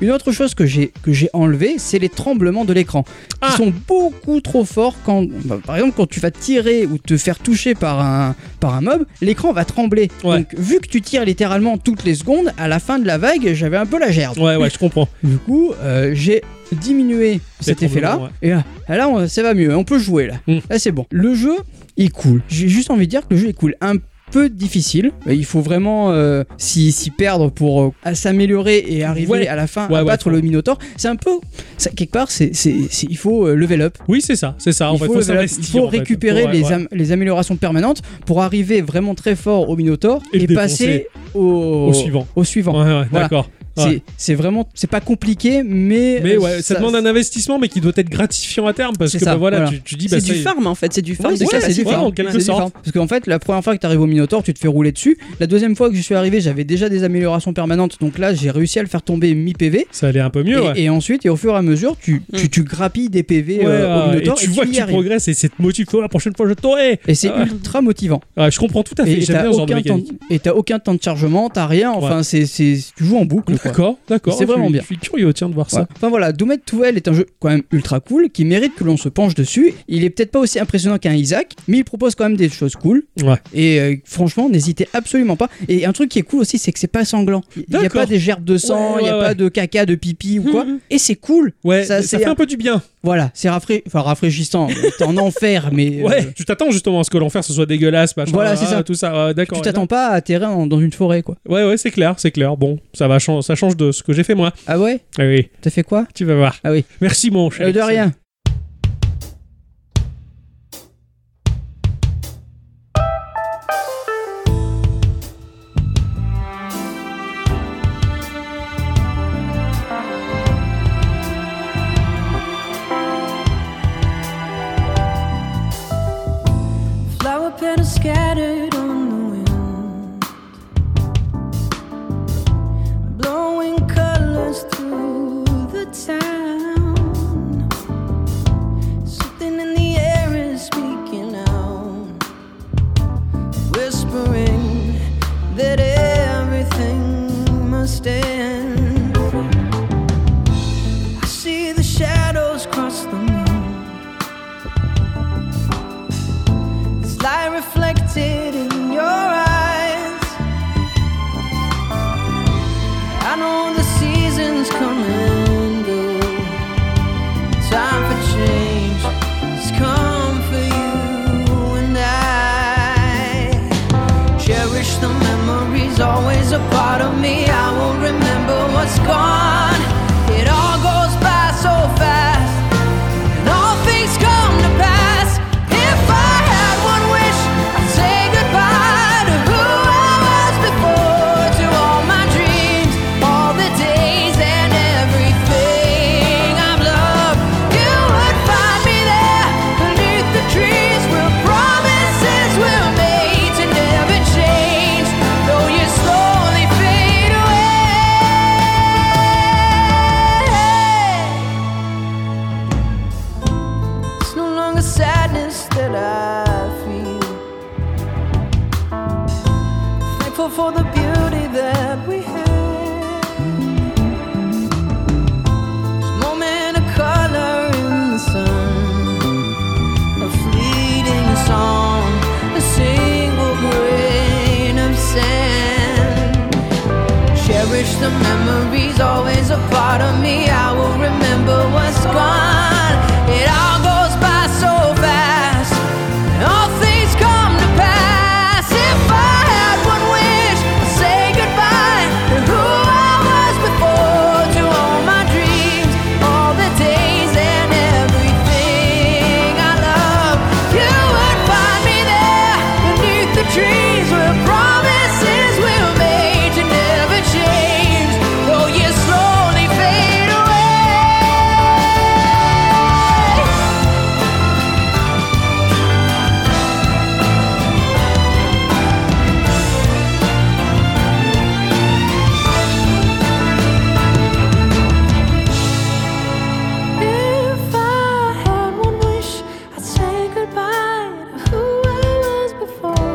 une autre chose que j'ai que j'ai enlevé, c'est les tremblements de l'écran,
Ah.
qui sont beaucoup trop forts quand, bah, par exemple, quand tu vas tirer ou te faire toucher par un par un mob, l'écran va trembler.
Ouais.
Donc, vu que tu tires littéralement toutes les secondes, à la fin de la vague, j'avais un peu la gerbe.
Ouais, ouais, je comprends.
Du coup, euh, j'ai diminué cet effet-là.
tremblements,
Et là, là, on- ça va mieux. On peut jouer là.
Mm.
Là, c'est bon. Le jeu est cool. J'ai juste envie de dire que le jeu est cool. Un peu difficile. Il faut vraiment euh, s'y s'y perdre pour euh, à s'améliorer et arriver
Ouais.
à la fin
Ouais,
à
ouais,
battre
faut-
le Minotaur. C'est un peu. ça, quelque part, c'est c'est- c'est- il faut euh, level up.
Oui, c'est ça, c'est ça. En
il,
fait,
faut
faut
level up.
s'investir,
Il
en
faut
fait.
récupérer
Ouais,
les,
ouais.
am- les améliorations permanentes pour arriver vraiment très fort au Minotaur
Et
et,
le
passer au,
Au suivant.
Au suivant.
Ouais, ouais,
Voilà.
d'accord.
C'est-
Ouais.
C'est vraiment, c'est pas compliqué, mais
Mais
euh,
ouais, ça, demande un investissement, mais qui doit être gratifiant à terme parce
C'est
que
ça,
bah, voilà,
voilà.
Tu, tu dis bah
C'est
ça
du
y est.
farm en fait, c'est du farm
Ouais,
de
c'est ça, c'est
classique.
du farm.
en quelque
C'est
sorte.
différent. Parce qu'en fait, la première fois que tu arrives au Minotaur, tu te fais rouler dessus. La deuxième fois que je suis arrivé, j'avais déjà des améliorations permanentes. Donc là, j'ai réussi à le faire tomber mi-PV.
Ça allait un peu mieux.
et,
ouais.
et ensuite, et au fur et à mesure, tu, tu, tu grappilles des PV
Ouais,
euh, au
ouais, et
Minotaur et,
tu vois
y
que tu
arrives.
progresses et c'est te motive. Oh, La prochaine fois, je t'aurai.
Et c'est
Ah ouais.
ultra motivant.
Ouais, je comprends tout à fait.
Et
J'aime
t'as
bien ce genre de
aucun, temps-
mécanique.
et t'as aucun temps de chargement, t'as rien. Enfin, c'est c'est- tu joues en boucle. quoi.
D'accord, d'accord.
C'est
Je suis-
vraiment bien.
Je suis curieux, tiens, de voir
Ouais.
ça.
Enfin voilà, Doomed to Hell est un jeu quand même ultra cool qui mérite que l'on se penche dessus. Il est peut-être pas aussi impressionnant qu'un Isaac, mais il propose quand même des choses cool.
Ouais.
Et euh, franchement, n'hésitez absolument pas. Et un truc qui est cool aussi, c'est que c'est pas sanglant. Il n'y a
D'accord.
pas des gerbes de sang, il
Ouais,
n'y a
ouais, Hum,
pas
ouais.
de caca, de pipi ou quoi. Et c'est cool.
Ouais,
Ça,
ça,
c'est
fait
un-
un peu du bien.
Voilà, c'est rafra- enfin, rafraîchissant. T'es en enfer, mais euh,
Ouais, tu t'attends justement à ce que l'enfer ce soit dégueulasse, machin,
Voilà, c'est
ah,
ça.
tout ça. ouais, d'accord.
tu t'attends pas à atterrir en- dans une forêt quoi.
Ouais, ouais, c'est clair, c'est clair. Bon, ça va, chan- ça change de ce que j'ai fait moi.
Ah ouais
Ah oui,
T'as fait quoi
tu vas voir.
Ah oui.
Merci mon cher.
Euh, De rien.
reflected in your eyes. I know the seasons come and go. Time for change has come for you and I. Cherish the memories, always a part of me. I will remember what's gone. It all goes by so fast, and all things come to pass. If I had one wish, I'd say goodbye to who I was before, to all my dreams, all the days and everything I've loved. You would find me there beneath the trees where promises were made to never change, though you slowly fade away. It's no longer sadness that I feel. Thankful for the beauty that we had. This moment of color in the sun, a fleeting song, a single grain of sand. Cherish the memories, always a part of me. I will remember what's gone. It all goes by so fast. and All things come to pass. If I had one wish, I'd say goodbye to who I was before, to all my dreams, all the days and everything I love. You would find me there beneath the trees where promises were made to never change, though you slowly fade away. If I had one wish, I'd say goodbye to who I was before.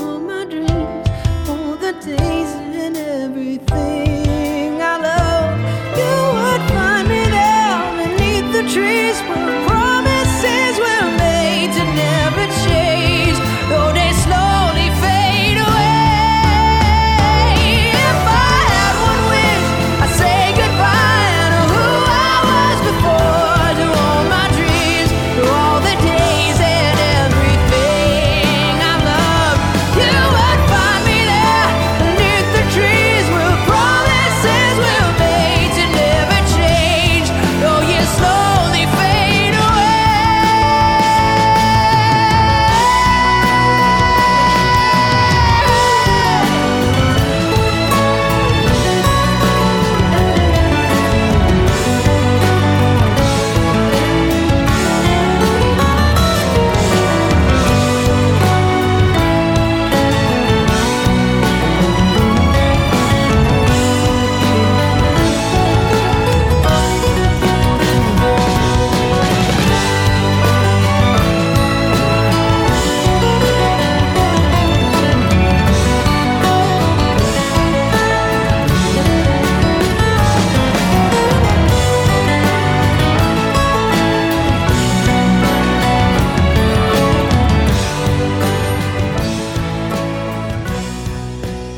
All my dreams, all the days and everything I love. You would find me there beneath the trees where promises were made to never change, though they slowly fade away. If I had one wish, I'd say goodbye to who I was before, to all my dreams, to all the days and everything I've loved. You would find me there beneath the trees where promises were made to never change, though you slowly fade away.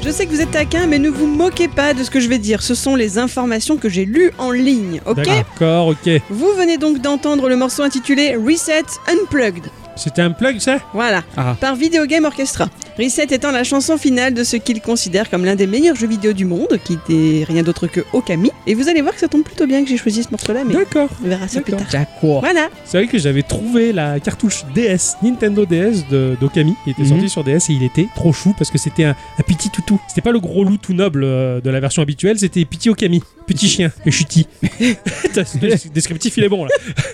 Je sais que vous êtes taquin, mais ne vous moquez pas de ce que je vais dire. Ce sont les informations que j'ai lues en ligne, ok
D'accord, ok.
Vous venez donc d'entendre le morceau intitulé Reset Unplugged.
C'était un plug, ça
Voilà,
Ah.
par Video Game Orchestra. Reset étant la chanson finale de ce qu'il considère comme l'un des meilleurs jeux vidéo du monde, qui n'est rien d'autre que Okami. Et vous allez voir que ça tombe plutôt bien que j'ai choisi ce morceau-là, mais
D'accord.
on verra ça plus
D'accord.
tard.
Oh.
D'accord.
Voilà,
C'est vrai que j'avais trouvé la cartouche DS, Nintendo DS de- d'Okami, qui était
Mhm.
sorti sur DS et il était trop chou parce que c'était un, un petit toutou. C'était pas le gros loup tout noble euh, de la version habituelle, c'était petit Okami, petit chien et chuti. le descriptif il est bon là.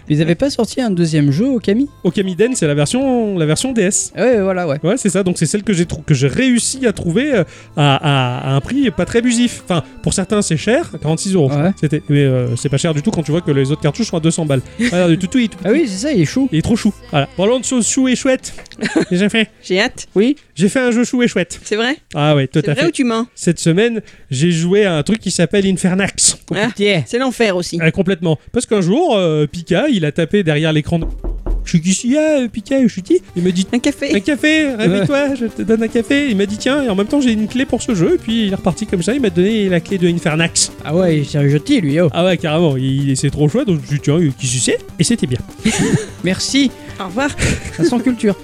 Ils avaient pas sorti un deuxième jeu au Camille
Okami Den, c'est la version, la version DS.
Ouais, voilà, ouais.
Ouais, c'est ça. Donc c'est celle que j'ai trou- que j'ai réussi à trouver euh, à, à- à un prix pas très abusif. Enfin, pour certains c'est cher, 46 euros.
Ouais.
C'était, mais euh, c'est pas cher du tout quand tu vois que les autres cartouches sont à 200 balles. Voilà, du toutou, il est tout
Ah oui, c'est ça, il est chou.
il est trop chou. Voilà. Parlons de choses chou et chouette. j'ai fait.
j'ai hâte.
Oui.
J'ai fait un jeu chou et chouette.
C'est vrai
Ah ouais, tout
C'est
à
vrai
fait.
ou tu mens
Cette semaine, j'ai joué à un truc qui s'appelle Infernax.
Ah,
Tiens.
C'est l'enfer aussi.
euh, Ah, complètement. Parce qu'un jour, euh, Pika, il a tapé derrière l'écran de... Je suis ici, ah, Pika, je suis qui Il me dit
Un
un
café.
café, réveille-toi, je te donne un café. Il m'a dit tiens, et en même temps j'ai une clé pour ce jeu. Et puis il est reparti comme ça, il m'a donné la clé de Infernax.
Ah ouais, c'est un gentil lui, oh.
Ah ouais, carrément, il, c'est trop chouette, donc je me suis dit tiens, qui tu sais Et c'était bien.
Merci,
Au revoir.
ça sent culture.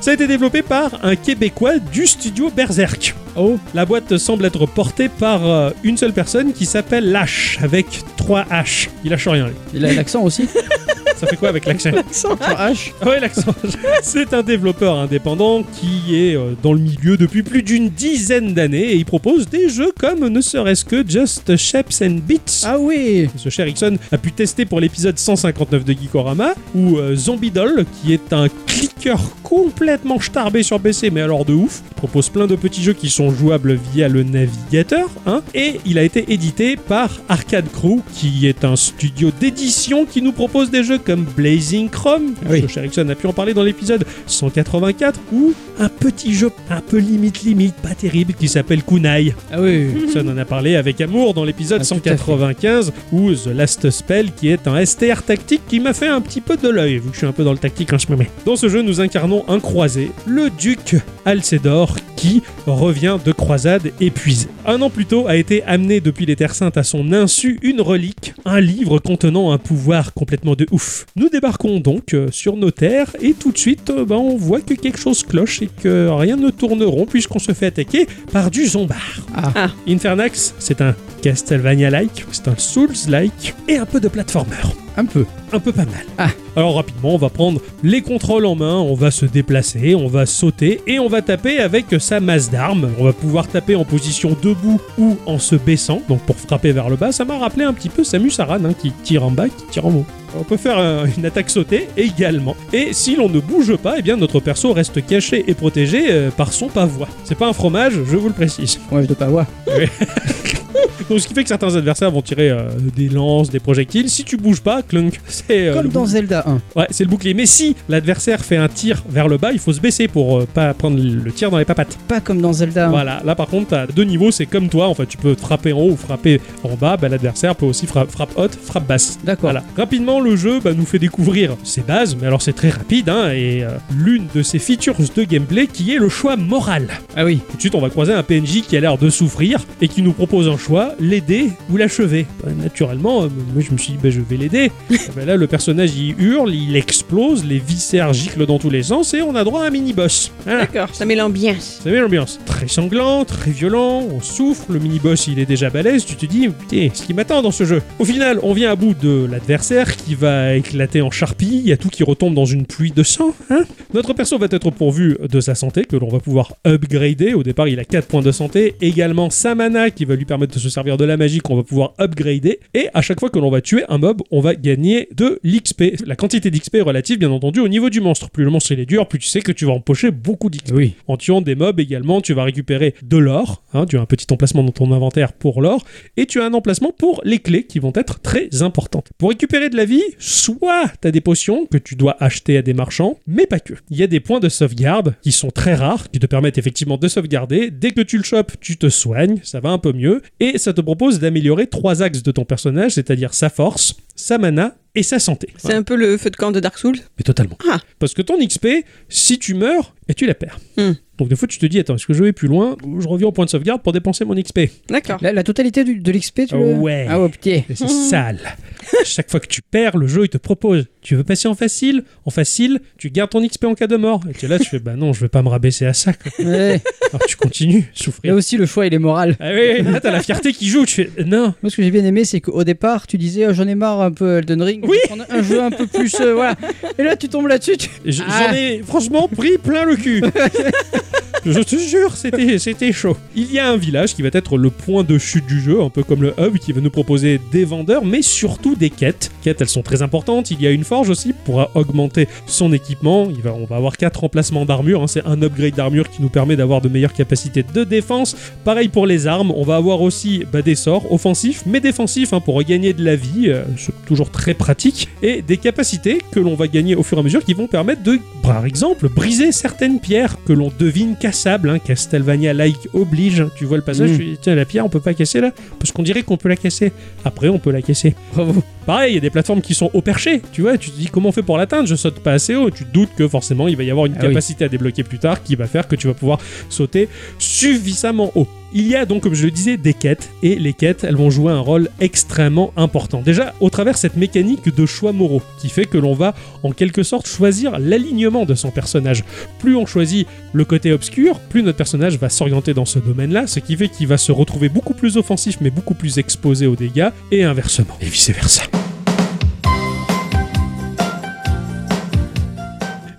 Ça a été développé par un Québécois du studio Berserk.
Oh,
La boîte semble être portée par euh, une seule personne qui s'appelle Lash, avec 3 H. Il lâche rien, lui.
il a l'accent aussi.
Ça fait quoi avec l'accent
L'accent.
H.
Ah Ouais, l'accent. C'est un développeur indépendant qui est euh, dans le milieu depuis plus d'une dizaine d'années et il propose des jeux comme ne serait-ce que Just Shapes and Beats.
Ah oui,
Ce cher Ixon a pu tester pour l'épisode 159 de Geekorama où euh, Zombie Doll, qui est un clicker complètement starbé sur PC, mais alors de ouf, propose plein de petits jeux qui sont jouables via le navigateur, hein, et il a été édité par Arcade Crew, qui est un studio d'édition qui nous propose des jeux comme Blazing Chrome,
Oui.
ce cher Ixon a pu en parler dans l'épisode 184, ou un petit jeu un peu limite limite, pas terrible, qui s'appelle Kunai.
ah oui.
Ça, on en a parlé avec amour dans l'épisode
Ah, tout à fait.
195 où The Last Spell, qui est un STR tactique qui m'a fait un petit peu de l'œil, vu que je suis un peu dans le tactique en ce moment. Dans ce jeu, nous incarnons un croisé, le duc Alcédor, qui revient de croisade épuisé. Un an plus tôt a été amené depuis les Terres Saintes à son insu une relique, un livre contenant un pouvoir complètement de ouf. Nous débarquons donc euh, sur nos terres et tout de suite, euh, bah, on voit que quelque chose cloche et que rien ne tourne rond puisqu'on se fait attaquer par du zombard. Infernax, c'est un Castlevania-like, c'est un Souls-like et un peu de platformer.
Un peu.
Un peu pas mal.
Ah.
Alors rapidement, on va prendre les contrôles en main, on va se déplacer, on va sauter et on va taper avec sa masse d'armes. On va pouvoir taper en position debout ou en se baissant, donc pour frapper vers le bas. Ça m'a rappelé un petit peu Samus Aran hein, qui tire en bas, qui tire en haut. On peut faire euh, une attaque sautée également. Et si l'on ne bouge pas, eh bien notre perso reste caché et protégé euh, par son pavois. C'est pas un fromage, je vous le précise.
Moi je dois pas voir.
Donc ce qui fait que certains adversaires vont tirer euh, des lances, des projectiles. Si tu bouges pas, clunk, c'est euh,
Comme
le
dans
bouc-
Zelda 1.
ouais, c'est le bouclier. Mais si l'adversaire fait un tir vers le bas, il faut se baisser pour euh, pas prendre le tir dans les papates.
Pas comme dans Zelda 1.
Voilà. Là par contre, t'as deux niveaux, c'est comme toi. En fait, tu peux te frapper en haut ou frapper en bas. Bah, l'adversaire peut aussi fra- frappe haute, frappe basse.
D'accord.
Voilà. Rapidement, le jeu bah, nous fait découvrir ses bases, mais alors c'est très rapide, hein, et euh, l'une de ses features de gameplay qui est le choix moral.
Ah oui.
Tout de suite, on va croiser un PNJ qui a l'air de souffrir et qui nous propose un choix l'aider ou l'achever. Bah, naturellement, euh, moi je me suis dit, bah, je vais l'aider. Ah bah, là, le personnage il hurle, il explose, les viscères giclent dans tous les sens et on a droit à un mini-boss. Hein. Voilà.
D'accord, ça met l'ambiance.
Vous savez l'ambiance Très sanglant, très violent, on souffre, le mini-boss il est déjà balèze, tu te dis, putain, ce qui m'attend dans ce jeu. Au final, on vient à bout de l'adversaire qui va éclater en charpie, il y a tout qui retombe dans une pluie de sang, hein Notre perso va être pourvu de sa santé, que l'on va pouvoir upgrader, au départ il a 4 points de santé, également sa mana qui va lui permettre de se servir de la magie qu'on va pouvoir upgrader, et à chaque fois que l'on va tuer un mob, on va gagner de l'XP. La quantité d'XP est relative bien entendu au niveau du monstre, plus le monstre il est dur, plus tu sais que tu vas empocher beaucoup d'XP.
Oui.
En tuant des mobs également, tu vas récupérer de l'or. hein, tu as un petit emplacement dans ton inventaire pour l'or. Et tu as un emplacement pour les clés qui vont être très importantes. Pour récupérer de la vie, soit tu as des potions que tu dois acheter à des marchands, mais pas que. Il y a des points de sauvegarde qui sont très rares, qui te permettent effectivement de sauvegarder. Dès que tu le chopes, tu te soignes, ça va un peu mieux. Et ça te propose d'améliorer trois axes de ton personnage, c'est-à-dire sa force, sa mana et sa santé.
C'est un peu le feu de camp de Dark Souls.
Mais totalement.
Ah.
Parce que ton XP, si tu meurs, et tu la perds.
Hmm.
Donc des fois tu te dis, attends, est-ce que je vais plus loin ou Je reviens au point de sauvegarde pour dépenser mon XP.
D'accord.
La, la totalité du- de l'XP, tu le-
Ouais.
Ah ouais, putain.
Et c'est sale. Chaque fois que tu perds, le jeu il te propose, tu veux passer en facile En facile, tu gardes ton XP en cas de mort. Et tu es là, tu fais, bah non, je vais pas me rabaisser à ça. quoi.
Ouais.
Alors tu continues,
Là
souffrir.
aussi, le choix, il est moral.
Ah oui, là t'as la fierté qui joue, tu fais, non.
Moi, ce que j'ai bien aimé, c'est qu'au départ, tu disais oh, j'en ai marre un peu Elden Ring.
Oui.
je vais prendre Un jeu un peu plus. euh, voilà. Et là, tu tombes là-dessus. tu-
J- J'en
Ah.
ai franchement pris plein le cul. Je te jure, c'était, c'était chaud. Il y a un village qui va être le point de chute du jeu, un peu comme le hub, qui va nous proposer des vendeurs, mais surtout des quêtes. Quêtes, elles sont très importantes. Il y a une forge aussi pour augmenter son équipement. Il va, on va avoir quatre remplacements d'armure. hein. C'est un upgrade d'armure qui nous permet d'avoir de meilleures capacités de défense. Pareil pour les armes. On va avoir aussi bah, des sorts offensifs, mais défensifs hein, pour regagner de la vie. euh, c'est toujours très pratique. Et des capacités que l'on va gagner au fur et à mesure qui vont permettre de Par exemple, briser certaines pierres que l'on devine cassables, hein, Castlevania-like oblige. hein. Tu vois le passage,
Mm.
tu dis, tiens, la pierre, on peut pas casser là, parce qu'on dirait qu'on peut la casser. Après, on peut la casser.
Bravo.
Pareil, il y a des plateformes qui sont au perché, tu vois, tu te dis comment on fait pour l'atteindre, je saute pas assez haut, tu te doutes que forcément il va y avoir une
Ah oui.
capacité à débloquer plus tard qui va faire que tu vas pouvoir sauter suffisamment haut. Il y a donc, comme je le disais, des quêtes, et les quêtes, elles vont jouer un rôle extrêmement important. Déjà, au travers de cette mécanique de choix moraux, qui fait que l'on va, en quelque sorte, choisir l'alignement de son personnage. Plus on choisit le côté obscur, plus notre personnage va s'orienter dans ce domaine-là, ce qui fait qu'il va se retrouver beaucoup plus offensif, mais beaucoup plus exposé aux dégâts, et inversement, et vice-versa.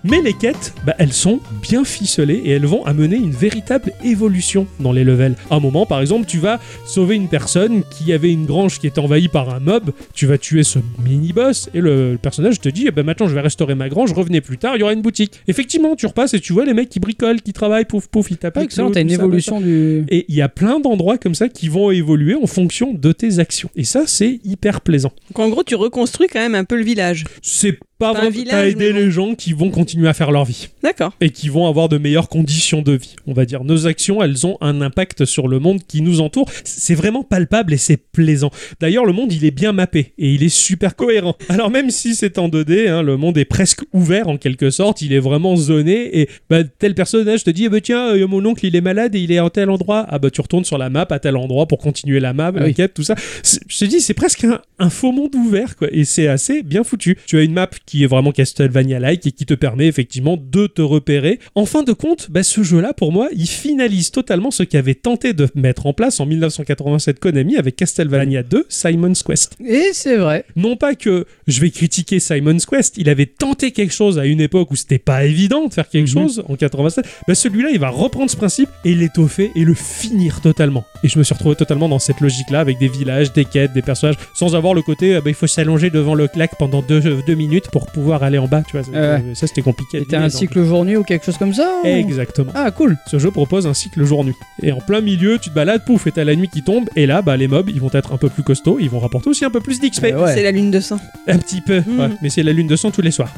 Mais les quêtes, bah, elles sont bien ficelées et elles vont amener une véritable évolution dans les levels. À un moment, par exemple, tu vas sauver une personne qui avait une grange qui était envahie par un mob, tu vas tuer ce mini-boss et le, le personnage te dit eh ben, maintenant je vais restaurer ma grange, revenez plus tard, il y aura une boutique. Effectivement, tu repasses et tu vois les mecs qui bricolent, qui travaillent, pouf pouf, ils tapent.
Ah, Excellent,
avec
t'as
l'eau,
une
tout ça,
évolution du.
et il y a plein d'endroits comme ça qui vont évoluer en fonction de tes actions. Et ça, c'est hyper plaisant.
Donc en gros, tu reconstruis quand même un peu le village.
C'est pas
Pas un
vraiment
village,
aider
mais bon.
les gens qui vont continuer à faire leur vie
D'accord.
et qui vont avoir de meilleures conditions de vie. On va dire, nos actions, elles ont un impact sur le monde qui nous entoure. C'est vraiment palpable et c'est plaisant. D'ailleurs, le monde, il est bien mappé et il est super cohérent. Alors même si c'est en 2D, hein, le monde est presque ouvert en quelque sorte, il est vraiment zoné et bah, tel personnage te dit, eh ben, tiens, euh, mon oncle, il est malade et il est à tel endroit. Ah bah tu retournes sur la map à tel endroit pour continuer la map,
Ah
la
oui.
quête, tout ça. C'est- Je te dis, c'est presque un, un faux monde ouvert, quoi. Et c'est assez bien foutu. Tu as une map qui est vraiment Castlevania-like et qui te permet effectivement de te repérer. En fin de compte, bah, ce jeu-là, pour moi, il finalise totalement ce qu'avait tenté de mettre en place en 1987 Konami avec Castlevania 2, Simon's Quest.
Et c'est vrai.
Non pas que je vais critiquer Simon's Quest, il avait tenté quelque chose à une époque où c'était pas évident de faire quelque
Mhm.
chose en 87. Bah, celui-là, il va reprendre ce principe et l'étoffer et le finir totalement. Et je me suis retrouvé totalement dans cette logique-là avec des villages, des quêtes, des personnages, sans avoir le côté, euh, bah, il faut s'allonger devant le claque pendant deux, euh, deux minutes pour pouvoir aller en bas. Tu vois, ça,
Ouais.
ça, c'était compliqué. à
Et t'as
deviner
un
dans-
cycle jour-nuit ou quelque chose comme ça ou-
Exactement.
Ah, cool.
Ce jeu propose un cycle jour-nuit. Et en plein milieu, tu te balades, pouf, et t'as la nuit qui tombe, et là, bah, les mobs, ils vont être un peu plus costauds, ils vont rapporter aussi un peu plus d'XP.
Euh, ouais.
C'est la lune de sang.
Un petit peu,
Hmm.
ouais, mais c'est la lune de sang tous les soirs.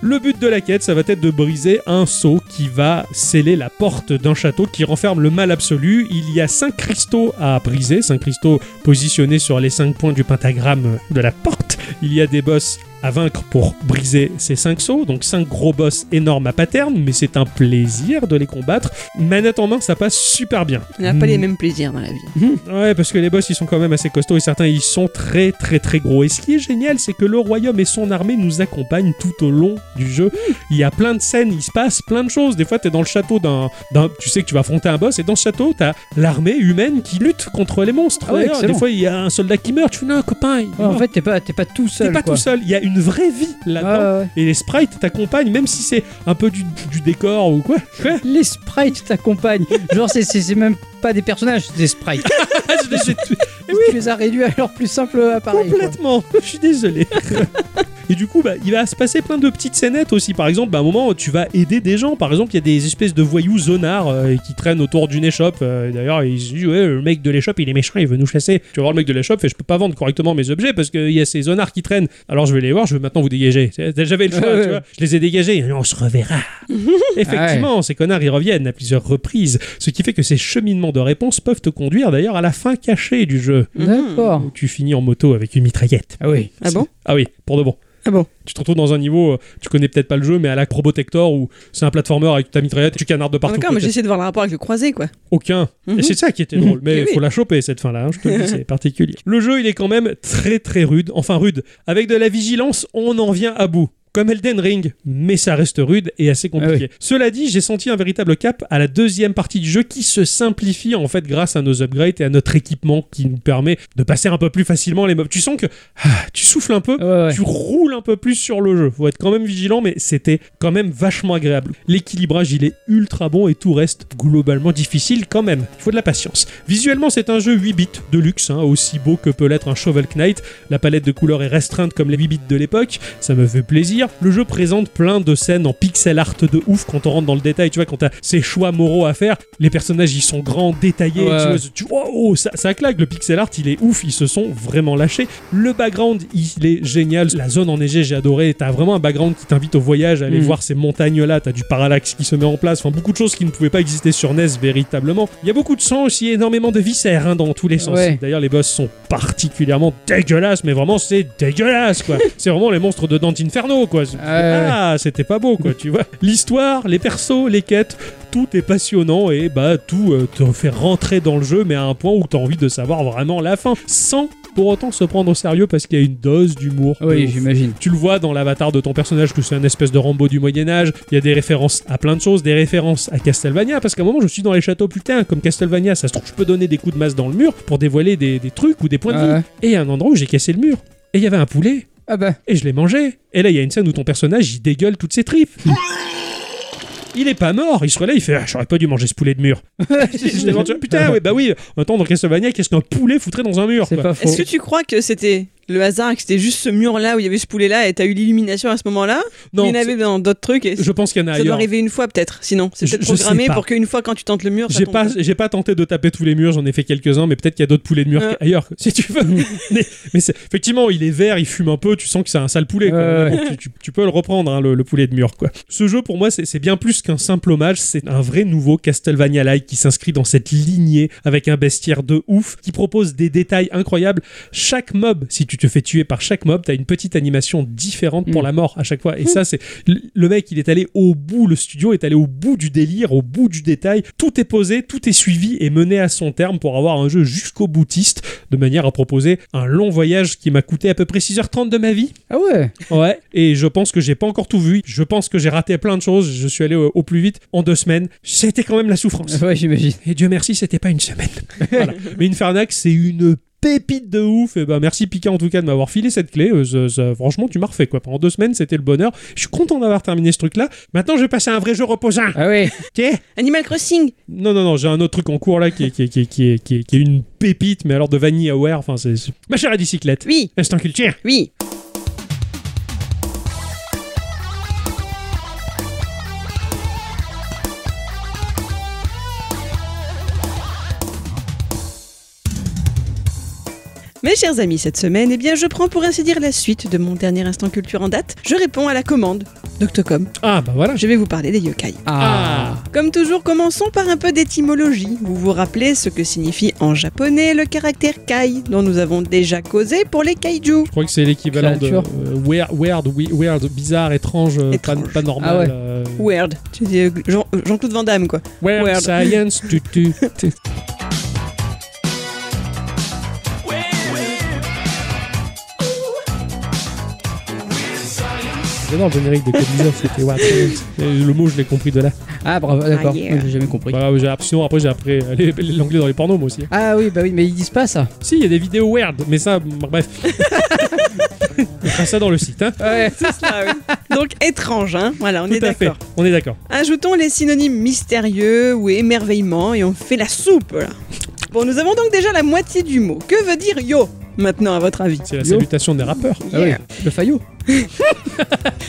le but de la quête, ça va être de briser un sceau qui va sceller la porte d'un château qui renferme le mal absolu. Il y a cinq cristaux à briser, cinq cristaux positionnés sur les cinq points du pentagramme de la porte. Il y a des boss à vaincre pour briser ces cinq sceaux, donc cinq gros boss énormes à pattern, mais c'est un plaisir de les combattre. Manette en main, ça passe super bien.
On n'a pas
Mm.
les mêmes plaisirs dans la vie.
Ouais, parce que les boss, ils sont quand même assez costauds et certains, ils sont très, très, très gros. Et ce qui est génial, c'est que le royaume et son armée nous accompagnent tout au long du jeu. Il y a plein de scènes, il se passe plein de choses. Des fois, t'es dans le château d'un. d'un- Tu sais que tu vas affronter un boss et dans ce château, t'as l'armée humaine qui lutte contre les monstres.
Ah ouais,
D'ailleurs, des
excellent.
fois, il y a un soldat qui meurt. Tu fais, non, copain, il est
Ouais, en
mort.
fait, t'es pas, t'es pas tout seul.
T'es pas
quoi.
tout seul, il y a une vraie vie là-dedans.
Ah, ouais, ouais.
Et les sprites t'accompagnent, même si c'est un peu du, du décor ou quoi. Ouais,
Les sprites t'accompagnent. Genre, c'est- c'est c'est même pas des personnages, c'est des sprites.
je les ai tous- Eh oui.
Tu les as réduits à leur plus simple appareil. quoi.
Complètement. Je suis désolé. Et du coup, bah, il va se passer plein de petites scénettes aussi. Par exemple, bah, à un moment, tu vas aider des gens. Par exemple, il y a des espèces de voyous zonards euh, qui traînent autour d'une échoppe. Euh, D'ailleurs, ils se disent Ouais, le mec de l'échoppe, il est méchant, il veut nous chasser. Tu vas voir le mec de l'échoppe, fait Je peux pas vendre correctement mes objets parce qu'il y a ces zonards qui traînent. Alors je vais les voir, je vais maintenant vous dégager. C'est- J'avais le choix,
Ouais, ouais.
tu vois. Je les ai dégagés. On se reverra.
Ah
Effectivement, ces connards, ils reviennent à plusieurs reprises. Ce qui fait que ces cheminements de réponse peuvent te conduire d'ailleurs à la fin cachée du jeu
D'accord.
où tu finis en moto avec une mitraillette.
Ah oui.
Ah bon
Ah oui, pour de bon.
Ah bon
Tu te retrouves dans un niveau, euh, tu connais peut-être pas le jeu, mais à la Probotector où c'est un platformer avec ta mitraillette, tu canardes de
Ah,
partout.
D'accord, mais
peut-être.
j'essaie de voir le rapport avec le croisé, quoi.
Aucun.
Mhm.
Et c'est ça qui était drôle. Mais
Eh
il
oui.
faut la choper cette fin-là, hein, je te le dis, c'est particulier. Le jeu, il est quand même très très rude. Enfin rude. Avec de la vigilance, on en vient à bout. Comme Elden Ring, mais ça reste rude et
Ah
assez compliqué. Cela dit, j'ai senti un véritable cap à la deuxième partie du jeu qui se simplifie en fait grâce à nos upgrades et à notre équipement qui nous permet de passer un peu plus facilement les mobs. Tu sens que ah, tu souffles un peu,
Ouais, ouais.
tu roules un peu plus sur le jeu. Faut être quand même vigilant, mais c'était quand même vachement agréable. L'équilibrage, il est ultra bon et tout reste globalement difficile quand même. Il faut de la patience. Visuellement, c'est un jeu 8 bits de luxe, hein, aussi beau que peut l'être un Shovel Knight. La palette de couleurs est restreinte comme les 8 bits de l'époque. Ça me fait plaisir. D'ailleurs, le jeu présente plein de scènes en pixel art de ouf quand on rentre dans le détail. Tu vois, quand t'as ces choix moraux à faire, les personnages ils sont grands, détaillés.
Ouais,
tu vois,
ouais.
tu vois, oh, ça, ça claque. Le pixel art, il est ouf. Ils se sont vraiment lâchés. Le background, il est génial. La zone enneigée, j'ai adoré. T'as vraiment un background qui t'invite au voyage, à aller
Mm.
voir ces montagnes-là. T'as du parallaxe qui se met en place. Enfin, beaucoup de choses qui ne pouvaient pas exister sur NES véritablement. Il y a beaucoup de sang aussi, énormément de viscères hein, dans tous les sens.
Ouais.
D'ailleurs, les boss sont particulièrement dégueulasses, mais vraiment, c'est dégueulasse, quoi. c'est vraiment les monstres de Dante Inferno, quoi. C'est-
Ouais.
Ah, c'était pas beau, quoi, tu vois. L'histoire, les persos, les quêtes, tout est passionnant et bah tout euh, te fait rentrer dans le jeu, mais à un point où t'as envie de savoir vraiment la fin, sans pour autant se prendre au sérieux parce qu'il y a une dose d'humour. de
Oui,
ouf.
j'imagine.
Tu le vois dans l'avatar de ton personnage que c'est un espèce de Rambo du Moyen Âge. Il y a des références à plein de choses, des références à Castlevania, parce qu'à un moment je suis dans les châteaux putain, comme Castlevania, ça se trouve je peux donner des coups de masse dans le mur pour dévoiler des, des trucs ou des points de
Ah Ouais.
vue. Et il y a un endroit où j'ai cassé le mur. Et il y avait un poulet.
Ah bah.
Et je l'ai mangé. Et là il y a une scène où ton personnage il dégueule toutes ses tripes. Il est pas mort, il serait là, il fait ah, j'aurais pas dû manger ce poulet de mur. Je l'ai mangé. Putain, ouais, bah oui, attends, dans Castlevania, qu'est-ce qu'un poulet foutrait dans un mur
C'est
quoi.
pas faux.
Est-ce que tu crois que c'était le hasard, que c'était juste ce mur-là où il y avait ce poulet-là et t'as eu l'illumination à ce moment-là Ou
Non,
Il y en avait dans d'autres trucs et
je pense qu'il y en a
ça doit
ailleurs.
arriver une fois peut-être. Sinon, c'est
Je-
peut-être
je sais
programmé
pas.
pour qu'une fois quand tu tentes le mur, ça
J'ai
tombe.
pas, j'ai pas tenté de taper tous les murs, j'en ai fait quelques-uns, mais peut-être qu'il y a d'autres poulets de mur
Ouais.
ailleurs, si tu veux. mais mais c'est- effectivement, il est vert, il fume un peu, tu sens que c'est un sale poulet. quoi.
Ouais, ouais.
Bon, tu, tu- tu peux le reprendre, hein, le, le poulet de mur. Quoi. Ce jeu, pour moi, c'est c'est bien plus qu'un simple hommage, c'est un vrai nouveau Castlevania-like qui s'inscrit dans cette lignée avec un bestiaire de ouf, qui propose des détails incroyables. Chaque mob, si tu te fais tuer par chaque mob, t'as une petite animation différente pour
Mm.
la mort à chaque fois. Et ça, c'est le le mec, il est allé au bout, le studio est allé au bout du délire, au bout du détail. Tout est posé, tout est suivi et mené à son terme pour avoir un jeu jusqu'au boutiste, de manière à proposer un long voyage qui m'a coûté à peu près 6h30 de ma vie.
Ah ouais.
Ouais. Et je pense que j'ai pas encore tout vu. Je pense que j'ai raté plein de choses. Je suis allé au, au plus vite en deux semaines. C'était quand même la souffrance.
Ouais, j'imagine.
Et Dieu merci, c'était pas une semaine. Voilà. Mais Infernax, c'est une pépite de ouf. Et ben merci Pika en tout cas de m'avoir filé cette clé. Euh, ça- ça- franchement, tu m'as refait quoi. Pendant deux semaines, c'était le bonheur. Je suis content d'avoir terminé ce truc-là. Maintenant, je vais passer à un vrai jeu reposant.
Ah ouais.
Ok
Animal Crossing
Non, non, non, j'ai un autre truc en cours là qui est, qui est, qui est, qui est, qui est- qui est une pépite, mais alors de VanillaWare. Enfin, c'est c'est- ma chère à bicyclette.
Oui,
Instant culture.
oui. Mes chers amis, cette semaine, eh bien, je prends pour ainsi dire la suite de mon dernier instant culture en date. Je réponds à la commande d'Octocom.
Ah bah voilà.
Je vais vous parler des yokai.
Ah.
Comme toujours, commençons par un peu d'étymologie. Vous vous rappelez ce que signifie en japonais le caractère kai, dont nous avons déjà causé pour les kaiju.
Je crois que c'est l'équivalent de
Créature.
euh, weird, weird, we- weird, bizarre, étrange, euh, pas,
Étrange.
pas normal.
Ah ouais.
euh,
Weird. Tu dis euh, Jean- euh, Jean-Claude Van Damme, quoi.
weird,
Weird.
science, tu, tu, tu. J'adore le générique de Code Geass, c'était weird science. Et Le mot, je l'ai compris de là.
Ah bravo, d'accord.
Ah, yeah.
Moi, J'ai jamais compris.
Voilà, Bah, j'ai- sinon, après, j'ai appris euh, les- l'anglais dans les pornos, moi aussi. hein.
Ah oui, bah oui, mais ils disent pas ça.
Si, il y a des vidéos weird, mais ça, bref. On fera ça dans le site, hein.
Ah Ouais.
Donc étrange, hein. Voilà, on est
Tout à fait,
d'accord.
on est d'accord.
Ajoutons les synonymes mystérieux ou émerveillement et on fait la soupe, là. Bon, nous avons donc déjà la moitié du mot. Que veut dire yo Maintenant, à votre avis.
C'est la
Yo.
salutation des rappeurs.
Ah oui,
Yeah.
le faillot.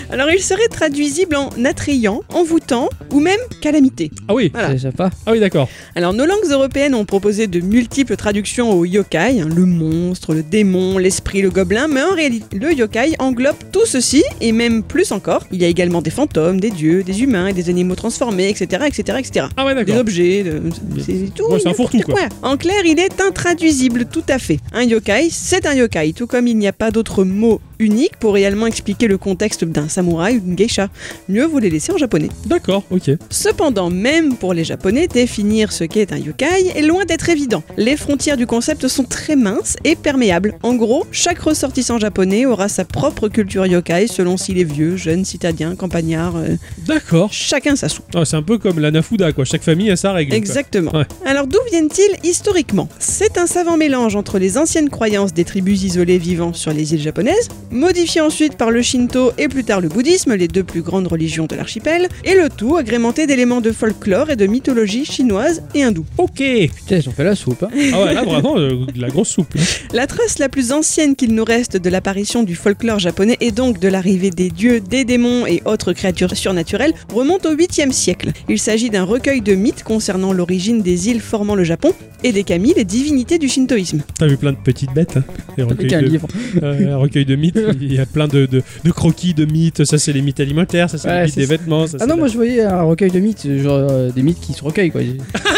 Alors, il serait traduisible en attrayant, envoûtant ou même calamité.
Ah oui,
Voilà.
C'est sympa.
ah oui, d'accord.
Alors, nos langues européennes ont proposé de multiples traductions au yokai, hein, le monstre, le démon, l'esprit, le gobelin, mais en réalité, le yokai englobe tout ceci et même plus encore. Il y a également des fantômes, des dieux, des humains et des animaux transformés, etc., etc., etc.
Ah ouais,
Des
d'accord.
objets, de- c'est tout.
Ouais, c'est un
n'importe
fourre-tout, quoi.
En clair, il est intraduisible, tout à fait. Un yokai, c'est un yokai, tout comme il n'y a pas d'autre mot unique pour réellement expliquer le contexte d'un samouraï ou d'une geisha. Mieux vous les laisser en japonais.
D'accord, ok.
Cependant, même pour les Japonais, définir ce qu'est un yokai est loin d'être évident. Les frontières du concept sont très minces et perméables. En gros, chaque ressortissant japonais aura sa propre culture yokai selon s'il est vieux, jeune, citadin, campagnard, euh,
D'accord.
chacun sa soupe.
Ah, c'est un peu comme la Nafuda, quoi. Chaque famille a sa règle. quoi.
Exactement.
Ouais.
Alors d'où viennent-ils historiquement C'est un savant mélange entre les anciennes croyances des tribus isolées vivant sur les îles japonaises modifié ensuite par le Shinto et plus tard le bouddhisme, les deux plus grandes religions de l'archipel, et le tout agrémenté d'éléments de folklore et de mythologie chinoise et hindoue.
Ok
Putain, ils ont fait la soupe. Hein.
Ah ouais, là vraiment, euh, de la grosse soupe. hein.
La trace la plus ancienne qu'il nous reste de l'apparition du folklore japonais et donc de l'arrivée des dieux, des démons et autres créatures surnaturelles remonte au 8e siècle. Il s'agit d'un recueil de mythes concernant l'origine des îles formant le Japon et des kami, les divinités du shintoïsme.
T'as vu plein de petites bêtes. Hein. Les
Avec
recueils
un
de-
livre.
Euh, un recueil de mythes, il y a plein de, de- de croquis de mythes. Ça, c'est les mythes alimentaires, ça, c'est
Ouais,
les mythes
c'est
des
ça.
vêtements. ça,
Ah
c'est
non,
la-
moi je voyais un recueil de mythes, genre euh, des mythes qui se recueillent quoi.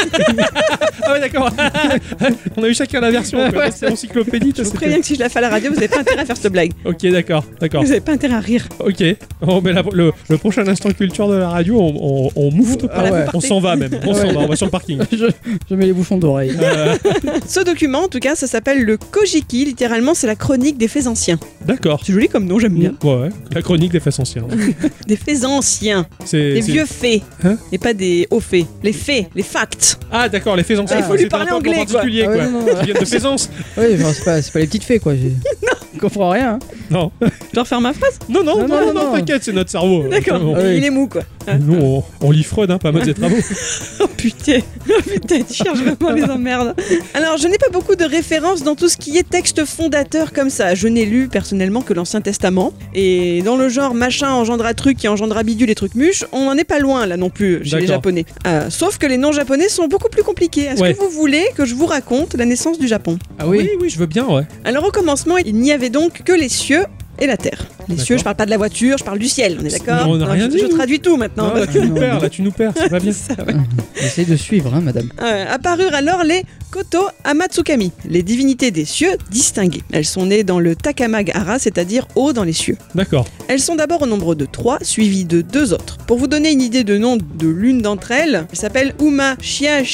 Ah ouais, d'accord. On a eu chacun la version. quoi.
Ouais.
C'est l'encyclopédie.
Je
toi,
vous
c'était-
préviens que si je la fais à la radio, vous n'avez pas intérêt à faire cette blague.
Ok, d'accord, d'accord.
Vous n'avez pas intérêt à rire.
Ok. On met la- le, le prochain instant culture de la radio, on, on, on moufte
Ah
pas.
ouais.
On s'en va même. On s'en
Ouais.
va. On va sur le parking.
je, je mets les bouchons d'oreille.
Euh,
Ce document, en tout cas, ça s'appelle le Kojiki. Littéralement, c'est la chronique des faits anciens.
d'accord.
C'est joli comme nom, j'aime bien.
Ouais, ouais. La chronique des faits anciens.
Des faits anciens.
C'est-
Des
c'est-
vieux faits.
Hein
et pas des hauts faits. Les faits, les facts.
Ah d'accord, les faits anciens.
Il faut lui
C'est un
parler
peuple
anglais, quoi.
particulier,
Ah ouais,
quoi.
non, non,
Ils viennent de Faisance.
Ouais, genre, c'est pas, c'est pas les petites fées quoi. j'ai- Je comprends rien. hein.
Non.
Je dois refaire ma phrase
Non, non, non,
Non,
non,
non,
non,
non.
t'inquiète, c'est notre cerveau.
D'accord.
Bon,
Ah oui.
Il est mou, quoi.
Nous, on, on lit Freud, hein, pas mal des travaux.
Oh putain, oh putain, tu cherches vraiment les emmerdes. Alors, je n'ai pas beaucoup de références dans tout ce qui est texte fondateur comme ça. Je n'ai lu personnellement que l'Ancien Testament. Et dans le genre machin engendra truc qui engendra bidule et truc muche, on n'en est pas loin là non plus chez les
D'accord.
Japonais. Euh, sauf que les noms japonais sont beaucoup plus compliqués. Est-ce
Ouais.
que vous voulez que je vous raconte la naissance du Japon
Ah oui,
oui, je veux bien, ouais.
Alors, au commencement, il n'y avait donc que les cieux. Et la terre. Les cieux, je parle pas de la voiture, je parle du ciel, on est d'accord
on n'a
Alors,
rien
je,
dit, Ah
je
nous.
traduis tout maintenant.
Non, là, tu nous perds, là, tu nous perds, c'est pas bien.
J'essaie de suivre, hein, madame.
Euh, apparurent alors les Koto Amatsukami, les divinités des cieux distinguées. Elles sont nées dans le Takamagara, c'est-à-dire haut dans les cieux.
D'accord.
Elles sont d'abord au nombre de trois, suivies de deux autres. Pour vous donner une idée de nom de l'une d'entre elles, elle s'appelle Uma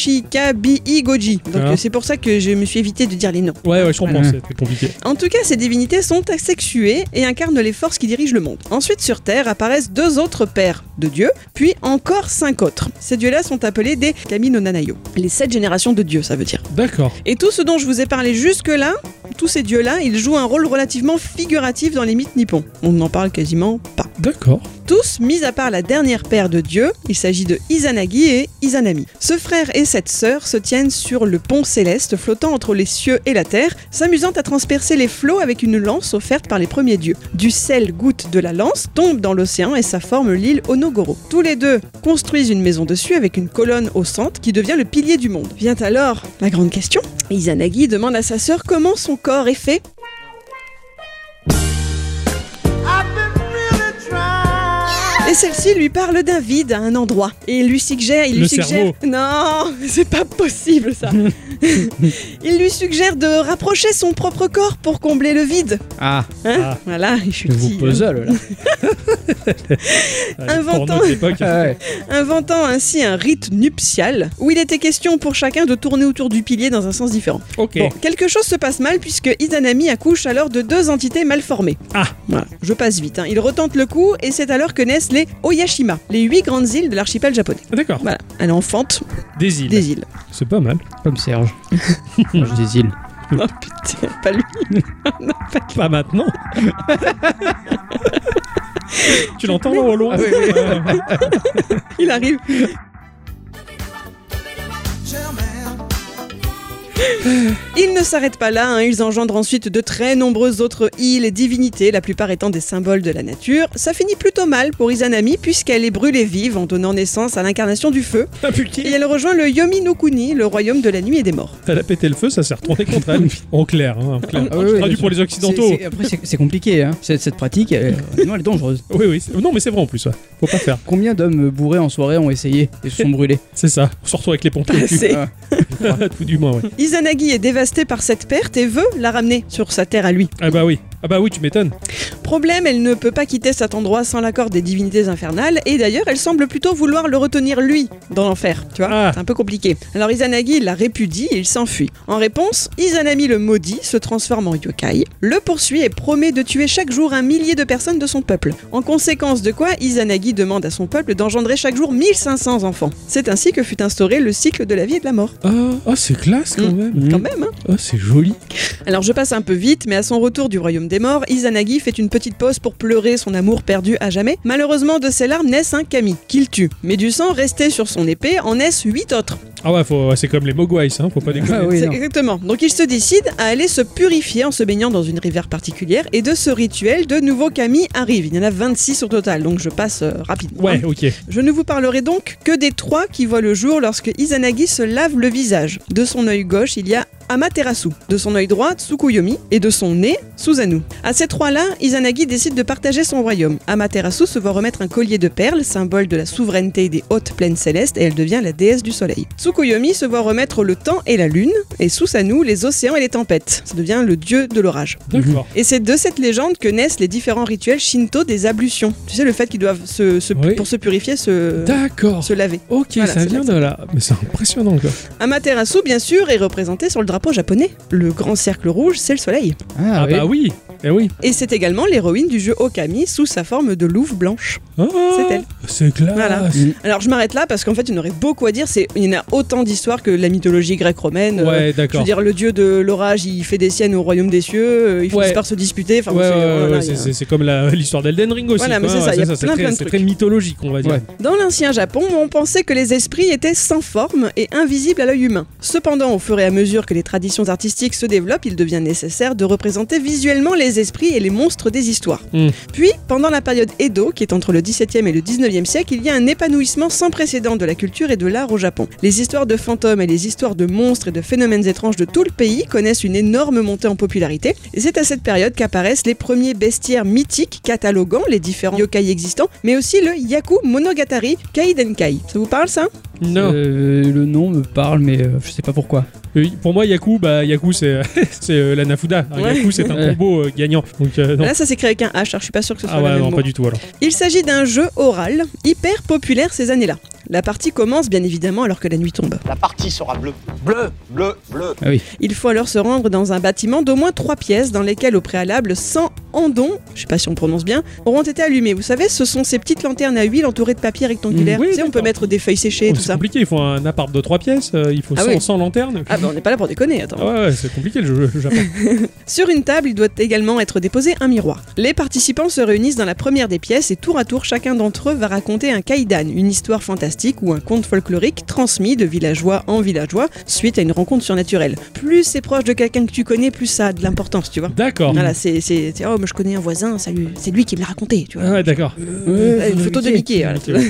Shiashikabii Goji. Donc
Ah.
euh, c'est pour ça que je me suis évité de dire les noms.
Ouais, ouais, je comprends,
Voilà.
c'est compliqué.
En tout cas, ces divinités sont asexuées et incarnent les forces qui dirigent le monde. Ensuite, sur Terre apparaissent deux autres pères de dieux, puis encore cinq autres. Ces dieux-là sont appelés des Kami no Nanayo, les sept générations de dieux, ça veut dire.
D'accord.
Et tout ce dont je vous ai parlé jusque-là, tous ces dieux-là, ils jouent un rôle relativement figuratif dans les mythes nippons. On n'en parle quasiment pas.
D'accord.
Tous, mis à part la dernière paire de dieux, il s'agit de Izanagi et Izanami. Ce frère et cette sœur se tiennent sur le pont céleste flottant entre les cieux et la terre, s'amusant à transpercer les flots avec une lance offerte par les premiers dieux. Du sel goutte de la lance tombe dans l'océan et ça forme l'île Onogoro. Tous les deux construisent une maison dessus avec une colonne au centre qui devient le pilier du monde. Vient alors la grande question. Izanagi demande à sa sœur comment son corps est fait Et celle-ci lui parle d'un vide à un endroit. Et il lui suggère, il
Le
lui suggère.
cerveau.
Non, c'est pas possible ça. il lui suggère de rapprocher son propre corps pour combler le vide.
Ah,
Hein
Ah.
Voilà, je suis
je vous
petit.
puzzle là.
Ah, les
Inventant.
pornos de l'époque.
Ah ouais.
hein. Inventant ainsi un rite nuptial où il était question pour chacun de tourner autour du pilier dans un sens différent.
Ok.
Bon, quelque chose se passe mal puisque Izanami accouche alors de deux entités mal formées.
Ah.
Voilà, je passe vite. hein. Il retente le coup et c'est alors que naissent les Oyashima, les huit grandes îles de l'archipel japonais.
D'accord.
Voilà, elle enfante
Des îles.
des îles.
C'est pas mal.
Comme Serge. Je des îles.
Oh putain, pas lui.
Pas maintenant. tu l'entends là au loin Euh, Ouais, ouais.
Il arrive. Ils ne s'arrêtent pas là, hein. ils engendrent ensuite de très nombreuses autres îles et divinités, la plupart étant des symboles de la nature. Ça finit plutôt mal pour Izanami puisqu'elle est brûlée vive en donnant naissance à l'incarnation du feu,
Ah,
et
putain.
elle rejoint le Yomi no Kuni, le royaume de la nuit et des morts.
Elle a pété le feu, ça s'est retourné contre elle. En clair, hein, en clair.
Ah oui, oui,
Traduit
bien
pour les occidentaux.
C'est- c'est- après, c'est c'est compliqué, hein. cette, cette pratique, elle, non, elle est dangereuse.
Oui, oui. c'est- Non, mais c'est vrai en plus. ouais. Faut pas faire.
Combien d'hommes bourrés en soirée ont essayé et se sont brûlés
C'est ça. On se retrouve avec les pompes au cul.
C'est-
Ah,
Tout du moins, ouais.
Izanagi est dévastée par cette perte et veut la ramener sur sa terre à lui.
Ah bah oui. Ah bah oui, tu m'étonnes.
Problème, elle ne peut pas quitter cet endroit sans l'accord des divinités infernales, et d'ailleurs, elle semble plutôt vouloir le retenir lui dans l'enfer, tu vois
Ah.
C'est un peu compliqué. Alors Izanagi la répudie et il s'enfuit. En réponse, Izanami le maudit se transforme en yokai, le poursuit et promet de tuer chaque jour un millier de personnes de son peuple. En conséquence de quoi, Izanagi demande à son peuple d'engendrer chaque jour 1500 enfants. C'est ainsi que fut instauré le cycle de la vie et de la mort.
Ah, ah, c'est classe quand
Mm.
même.
Hmm.
Quand même, hein
Ah, c'est joli.
Alors je passe un peu vite, mais à son retour du royaume royaume des morts, Izanagi fait une petite pause pour pleurer son amour perdu à jamais. Malheureusement, de ses larmes naissent un kami, qu'il tue. Mais du sang resté sur son épée en naissent huit autres.
Ah ouais, faut- c'est comme les Mogwais, hein, faut pas déconner.
Ah oui,
C'est-
non.
exactement. Donc il se décide à aller se purifier en se baignant dans une rivière particulière et de ce rituel, de nouveaux kami arrivent. Il y en a 26 au total, donc je passe euh, rapidement.
Ouais, ok.
Je ne vous parlerai donc que des trois qui voient le jour lorsque Izanagi se lave le visage. De son œil gauche, il y a Amaterasu, de son œil droit, Tsukuyomi, et de son nez, Susanoo. À ces trois-là, Izanagi décide de partager son royaume. Amaterasu se voit remettre un collier de perles, symbole de la souveraineté des hautes plaines célestes, et elle devient la déesse du soleil. Tsukuyomi se voit remettre le temps et la lune, et Susanoo les océans et les tempêtes. Ça devient le dieu de l'orage.
D'accord.
Et c'est de cette légende que naissent les différents rituels shinto des ablutions. Tu sais, le fait qu'ils doivent, se, se-
Oui.
pour se purifier, se,
D'accord.
se laver.
Ok,
Voilà,
ça
c'est
vient
là
de là. Mais c'est impressionnant, quoi.
Amaterasu, bien sûr, est représenté sur le drapeau japonais. Le grand cercle rouge, c'est le soleil.
Ah,
Ah, oui.
bah oui. Eh oui.
Et c'est également l'héroïne du jeu Okami sous sa forme de louve blanche.
Ah,
C'est elle.
C'est classe.
Voilà. Alors je m'arrête là parce qu'en fait, il y en aurait beaucoup à dire. C'est- Il y en a autant d'histoires que la mythologie grecque-romaine. Euh,
Ouais,
je veux
d'accord.
dire, le dieu de l'orage, il fait des siennes au royaume des cieux, euh, ils
Ouais.
finissent par se disputer. Enfin,
Ouais,
c'est-
ouais,
oh là
ouais,
là, il y
c'est
a-
c'est- c'est comme la- l'histoire d'Elden Ring aussi.
Voilà, mais
quoi,
c'est ça, il y a plein,
très,
plein de
c'est
trucs.
très mythologique, on va dire.
Ouais.
Dans l'ancien Japon, on pensait que les esprits étaient sans forme et invisibles à l'œil humain. Cependant, au fur et à mesure que les traditions artistiques se développent, il devient nécessaire de représenter visuellement les esprits et les monstres des histoires.
Mm.
Puis, pendant la période Edo, qui est entre le XVIIe et le XIXe siècle, il y a un épanouissement sans précédent de la culture et de l'art au Japon. Les histoires de fantômes et les histoires de monstres et de phénomènes étranges de tout le pays connaissent une énorme montée en popularité, et c'est à cette période qu'apparaissent les premiers bestiaires mythiques cataloguant les différents yokai existants, mais aussi le Yaku Monogatari Kaidenkai. Ça vous parle ça
Non.
Euh, le nom me parle, mais euh, je sais pas pourquoi.
Oui, Pour moi, Yaku, bah, Yaku c'est c'est, euh, la Nafuda. Un
Ouais.
Yaku, c'est un
Ouais.
combo euh, gagnant. Donc, euh, non.
Là, ça s'écrit avec un H, alors je suis pas sûr que ce soit
Ah
le
ouais,
même
non,
mot.
pas du tout alors.
Il s'agit d'un jeu oral hyper populaire ces années-là. La partie commence bien évidemment alors que la nuit tombe.
La partie sera bleue. Bleu, bleu, bleu.
Il faut alors se rendre dans un bâtiment d'au moins trois pièces dans lesquelles au préalable 100 andons, je sais pas si on prononce bien, auront été allumés. Vous savez, ce sont ces petites lanternes à huile entourées de papier rectangulaire.
Mm, oui,
tu sais, on peut
d'accord.
mettre des feuilles séchées et
Oh,
tout
c'est
ça.
compliqué, il faut un appart de 3 pièces, euh, il faut
Ah
100,
oui.
100 lanternes.
Ah bah on n'est pas là pour déconner, attends.
Ah ouais, ouais, c'est compliqué le jeu le Japon.
Sur une table, il doit également être déposé un miroir. Les participants se réunissent dans la première des pièces et tour à tour, chacun d'entre eux va raconter un kaidan, une histoire fantastique ou un conte folklorique transmis de villageois en villageois suite à une rencontre surnaturelle. Plus c'est proche de quelqu'un que tu connais, plus ça a de l'importance, tu vois.
D'accord.
Voilà, c'est, c'est, c'est- oh, mais je connais un voisin, ça lui- c'est lui qui me l'a raconté, tu vois.
Ah ouais, d'accord.
Euh, une photo de Mickey. voilà.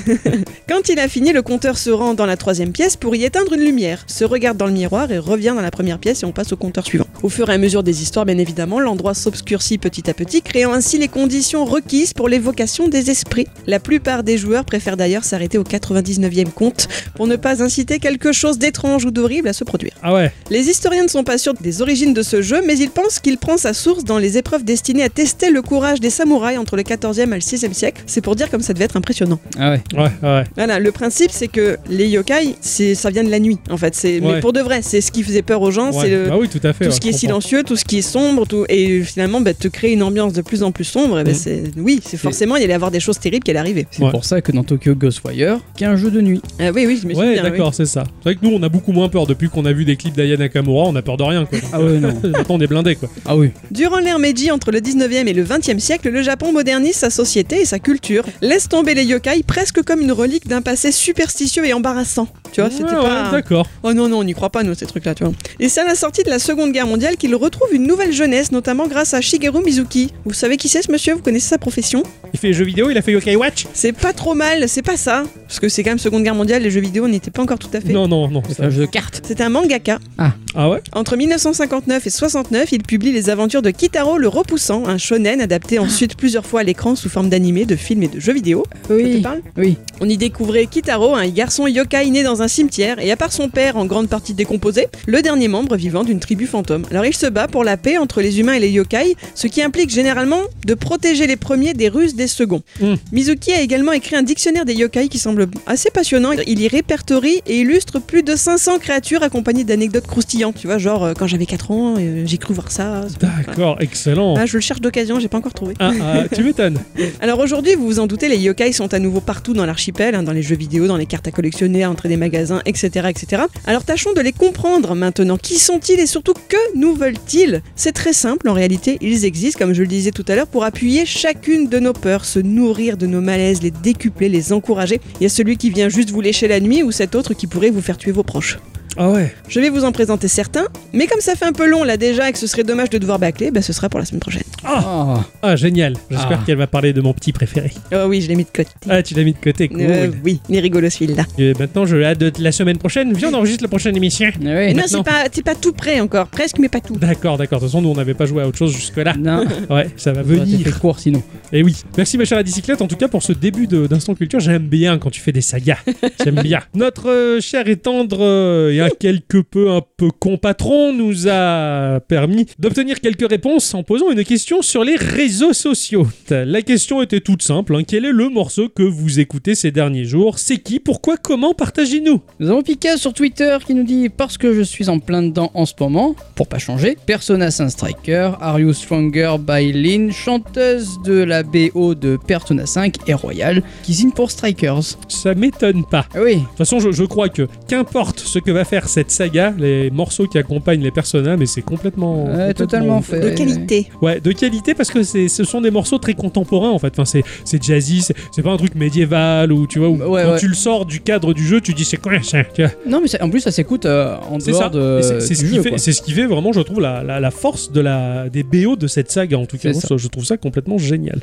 Quand il a fini, le compteur se rend dans la troisième pièce pour y éteindre une lumière, se regarde dans le miroir et revient dans la première pièce et on passe au compteur suivant. Au fur et à mesure des histoires, bien évidemment, l'endroit s'obscurcit petit à petit, créant ainsi les conditions requises pour l'évocation des esprits. La plupart des joueurs préfèrent d'ailleurs s'arrêter au 99e compte pour ne pas inciter quelque chose d'étrange ou d'horrible à se produire.
Ah ouais,
Les historiens ne sont pas sûrs des origines de ce jeu, mais ils pensent qu'il prend sa source dans les épreuves destinées à tester le courage des samouraïs entre le 14e et le 6e siècle. C'est pour dire comme ça devait être impressionnant.
Ah ouais.
ouais, ouais.
Voilà, le principe c'est que les yokai, c'est ça vient de la nuit en fait. C'est
Ouais.
mais pour de vrai, c'est ce qui faisait peur aux gens,
ouais.
c'est le-
Ah oui, tout à fait.
tout
ouais,
ce qui
je
est
comprends.
silencieux, tout ce qui est sombre, tout et finalement bah, te créer une ambiance de plus en plus sombre. et bah,
Mm.
c'est oui, c'est forcément il y allait avoir des choses terribles qui allaient arriver.
C'est
Ouais.
pour ça que dans Tokyo Ghostwire, qu'il y a un jeu de nuit.
Ah oui oui, je me
Ouais,
souviens, oui.
d'accord, c'est ça. C'est vrai que nous, on a beaucoup moins peur. Depuis qu'on a vu des clips d'Aya Nakamura, on a peur de rien, quoi.
Ah ouais, non.
Maintenant, on est blindé, quoi.
Ah oui.
Durant l'ère Meiji, entre le 19e et le 20e siècle, le Japon modernise sa société et sa culture, laisse tomber les yokai presque comme une relique d'un passé superstitieux et embarrassant. Tu vois, c'était
Ouais, ouais,
pas...
D'accord.
oh non, non, on n'y croit pas, nous, ces trucs-là, tu vois. Et c'est à la sortie de la Seconde Guerre mondiale qu'il retrouve une nouvelle jeunesse, notamment grâce à Shigeru Mizuki. Vous savez qui c'est ce monsieur Vous connaissez sa profession
Il fait jeux vidéo, il a fait Yokai Watch
C'est pas trop mal, c'est pas ça. Parce que c'est quand même Seconde Guerre mondiale, les jeux vidéo n'étaient pas encore tout à fait...
Non, non, non.
C'est un jeu de cartes.
C'est un mangaka.
Ah ouais
Entre 1959 et 69, il publie les aventures de Kitaro le Repoussant, un shonen adapté ensuite plusieurs fois à l'écran sous forme d'animé, de films et de jeux vidéo. Ça te parle
Oui.
On y découvrait Kitaro, un garçon yokai né dans un cimetière et à part son père en grande partie décomposé, le dernier membre vivant d'une tribu fantôme. Alors il se bat pour la paix entre les humains et les yokai, ce qui implique généralement de protéger les premiers des ruses des seconds.
Hmm.
Mm.
Mizuki a également écrit un dictionnaire des yokai qui semble assez passionnant. Il y répertorie et illustre plus de 500 créatures accompagnées d'anecdotes croustillantes. d'occasion, tu vois, genre euh, quand j'avais 4 ans, euh, j'ai cru voir ça.
D'accord, excellent.
Ah, je le cherche d'occasion, j'ai pas encore trouvé.
Ah, ah, tu m'étonnes.
Alors aujourd'hui, vous vous en doutez, les yokai sont à nouveau partout dans l'archipel, hein, dans les jeux vidéo, dans les cartes à collectionner, à entrer des magasins, etc., etc. Alors tâchons de les comprendre maintenant. Qui sont-ils et surtout que nous veulent-ils C'est très simple, en réalité, ils existent, comme je le disais tout à l'heure, pour appuyer chacune de nos peurs, se nourrir de nos malaises, les décupler, les encourager. Il y a celui qui vient juste vous lécher la nuit ou cet autre qui pourrait vous faire tuer vos proches.
Ah ouais.
Je vais vous en présenter certains, mais comme ça fait un peu long là déjà et que ce serait dommage de devoir bâcler, bah, ce sera pour la semaine prochaine.
Ah.
Ah, génial. J'espère
Ah.
qu'elle va parler de mon petit préféré.
Oh oui, je l'ai mis de côté.
Ah, tu l'as mis de côté, cool.
Euh, oui, il est rigolo celui-là.
Et maintenant, je hâte de la semaine prochaine. Viens, on enregistre la prochaine émission.
Ah ouais.
Mais non,
maintenant
c'est pas, c'est pas tout prêt encore, presque mais pas tout.
D'accord, d'accord. De toute façon, nous, on n'avait pas joué à autre chose jusque-là.
Non,
Ouais, ça va
T'aurais été
venir.
fait court sinon.
Et Eh oui. Merci, ma chère bicyclette, en tout cas, pour ce début de- d'Instant Culture. J'aime bien quand tu fais des sagas. J'aime bien. Notre euh, cher et tendre euh, et un quelque peu un peu compatron nous a permis d'obtenir quelques réponses en posant une question sur les réseaux sociaux. La question était toute simple. hein. Quel est le morceau que vous écoutez ces derniers jours C'est qui Pourquoi Comment Partagez-nous.
Nous avons Pika sur Twitter qui nous dit Parce que je suis en plein dedans en ce moment, pour pas changer, Persona 5 Striker, Are You Stronger by Lynn, chanteuse de la BO de Persona 5 et Royal, qui signe pour Strikers.
Ça m'étonne pas.
Ah oui,
De toute façon, je, je crois que qu'importe ce que va faire cette saga, les morceaux qui accompagnent les personnages, mais c'est complètement,
Ouais,
complètement-
totalement fait.
De qualité.
Ouais, de qualité parce que c'est, ce sont des morceaux très contemporains en fait. Enfin, c'est, c'est jazzy, c'est, c'est pas un truc médiéval ou tu vois. Où,
Ouais,
quand
ouais.
tu le sors du cadre du jeu, tu dis c'est quoi ça tu vois.
Non, mais ça- en plus, ça s'écoute euh, en
C'est
dehors
ça.
de.
Et c'est, c'est ce
du
qui
jeu,
fait,
quoi.
c'est ce qui fait vraiment, je trouve, la, la- la force de la, des BO de cette saga en tout cas.
C'est
Moi,
ça.
ça, je trouve ça complètement génial.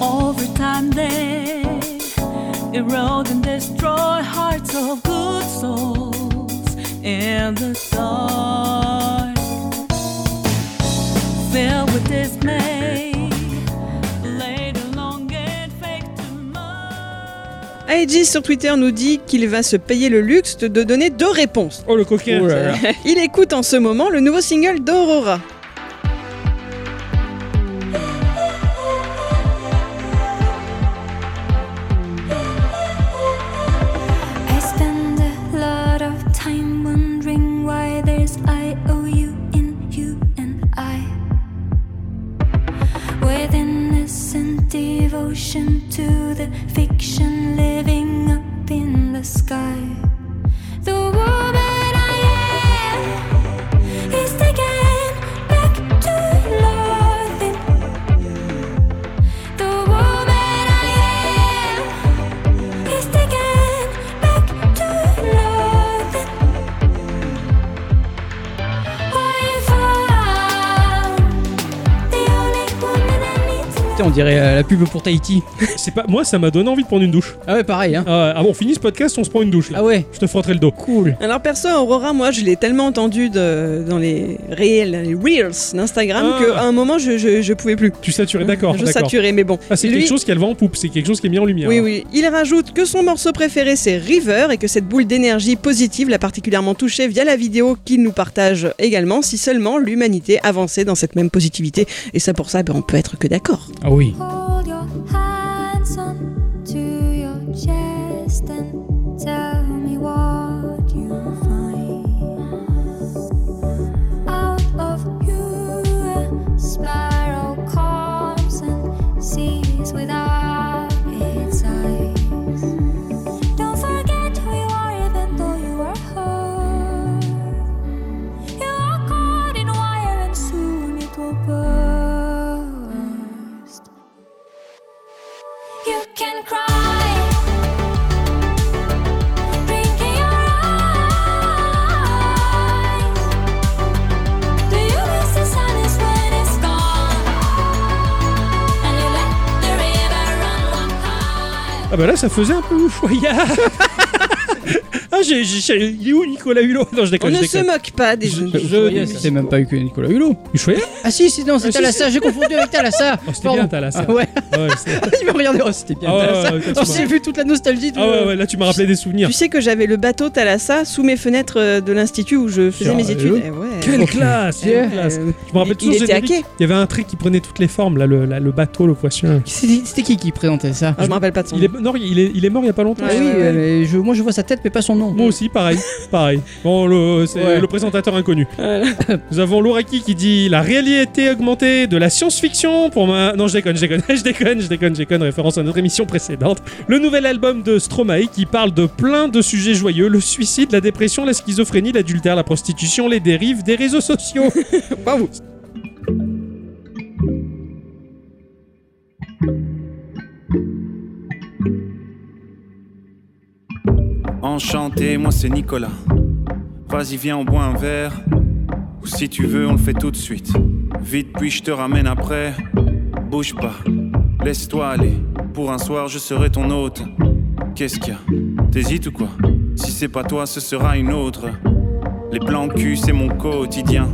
Over time they erode and destroy hearts of good souls in the dark. Filled with dismay, laid along and fake to
Aegis sur Twitter nous dit qu'il va se payer le luxe de donner deux réponses.
Oh le coquin.
Oh là là.
Il écoute en ce moment le nouveau single d'Aurora.
I spend a lot of time wondering why there's I O U in you and I. With innocent devotion to the fiction living up in the sky. The woman I am is taken back to loving. The woman I am. Is taken back to love. I found the only woman I need to
Putain, on dirait euh, la pub pour Tahiti.
C'est pas, moi, ça m'a donné envie de prendre une douche.
Ah ouais, pareil, hein.
Ah, avant, on finit ce podcast, on se prend une douche. là.
Ah ouais,
Je te frotterai le dos.
cool.
Alors perso, Aurora, moi, je l'ai tellement entendu de- dans les réels, les reels d'Instagram
Ah.
qu'à un moment, je, je, je pouvais plus.
Tu saturais, d'accord,
je
d'accord.
saturais, mais bon.
Ah, c'est
Lui-
quelque chose qu'elle vend en poupe, c'est quelque chose qui est mis en lumière.
Oui,
hein.
oui. Il rajoute que son morceau préféré c'est River et que cette boule d'énergie positive l'a particulièrement touché via la vidéo qu'il nous partage également, si seulement l'humanité avançait dans cette même positivité. Et ça, pour ça, ben, on peut être que d'accord.
Ah oui.
hold your hands on to your chest and tell me what you find. Out of you a spiral comes and sees without its eyes. Don't forget who you are, even though you are hurt. You are caught in wire, and soon it will burst. You can cry. Blinking your eyes. Do you miss the silence when it's gone? And you let the river run wild.
Ah bah là, ça faisait un peu foyer. ah Ah, j'ai, j'ai- j'ai- il est où Nicolas Hulot Non,
On
je déconne, je
ne se
déconne.
moque pas des jeunes.
Je
C'est même pas eu que Nicolas Hulot.
Ushuaïa
Ah si, si, non, c'est
Ah, si,
Thalassa, j'ai confondu avec Thalassa.
Oh, c'était
Pardon.
bien, Thalassa.
Ah, ouais,
Ouais, c'est-
il m'a regardé, oh, c'était bien
Ah ouais,
Thalassa.
ouais, ouais,
Oh, j'ai vu toute la nostalgie du...
Ah ouais, ouais, là tu m'as rappelé des souvenirs.
Tu sais que j'avais le bateau Thalassa sous mes fenêtres euh, de l'institut où je faisais
Sur
mes
le-
études. Eh ouais.
Quelle
Oh,
classe,
Eh,
quelle
euh,
classe. Je me rappelle
il- il
toujours
était
générique.
hacké.
Il y avait un truc qui prenait toutes les formes, là, le, là, le bateau, le poisson.
C'était c'était qui qui présentait ça
Ah, je me rappelle pas de son
Il est, non, il est, il est mort il y a pas longtemps.
Ouais,
Ah oui,
ouais,
euh,
ouais.
mais je- moi je vois sa tête mais pas son nom.
Moi aussi, pareil, pareil. Bon, le, c'est
Ouais.
le présentateur inconnu. Nous avons Louraki qui dit la réalité augmentée de la science-fiction pour ma. Non, je déconne, je déconne, je déconne, je déconne, je déconne. Référence à notre émission précédente. Le nouvel album de Stromae qui parle de plein de sujets joyeux le suicide, la dépression, la schizophrénie, l'adultère, la prostitution, les dérives des réseaux sociaux.
Bravo.
Enchanté, moi c'est Nicolas. Vas-y, viens, on boit un verre. Ou si tu veux, on le fait tout de suite. Vite, puis je te ramène après. Bouge pas, laisse-toi aller. Pour un soir, je serai ton hôte. Qu'est-ce qu'il y a T'hésites ou quoi Si c'est pas toi, ce sera une autre. Les plans cul, c'est mon quotidien.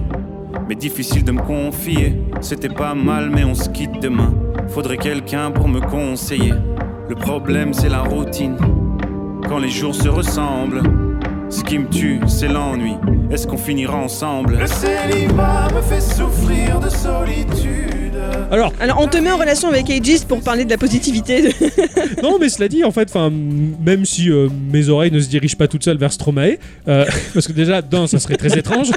Mais difficile de me confier. C'était pas mal, mais on se quitte demain. Faudrait quelqu'un pour me conseiller. Le problème, c'est la routine quand les jours se ressemblent. Ce qui me tue, c'est l'ennui. Est-ce qu'on finira ensemble Le célibat me fait souffrir de solitude.
Alors,
Alors on te met en relation avec Aegis pour parler de la positivité. de-
non, mais cela dit, en fait, enfin, même si euh, mes oreilles ne se dirigent pas toutes seules vers Stromae, euh, parce que déjà, d'un, ça serait très étrange.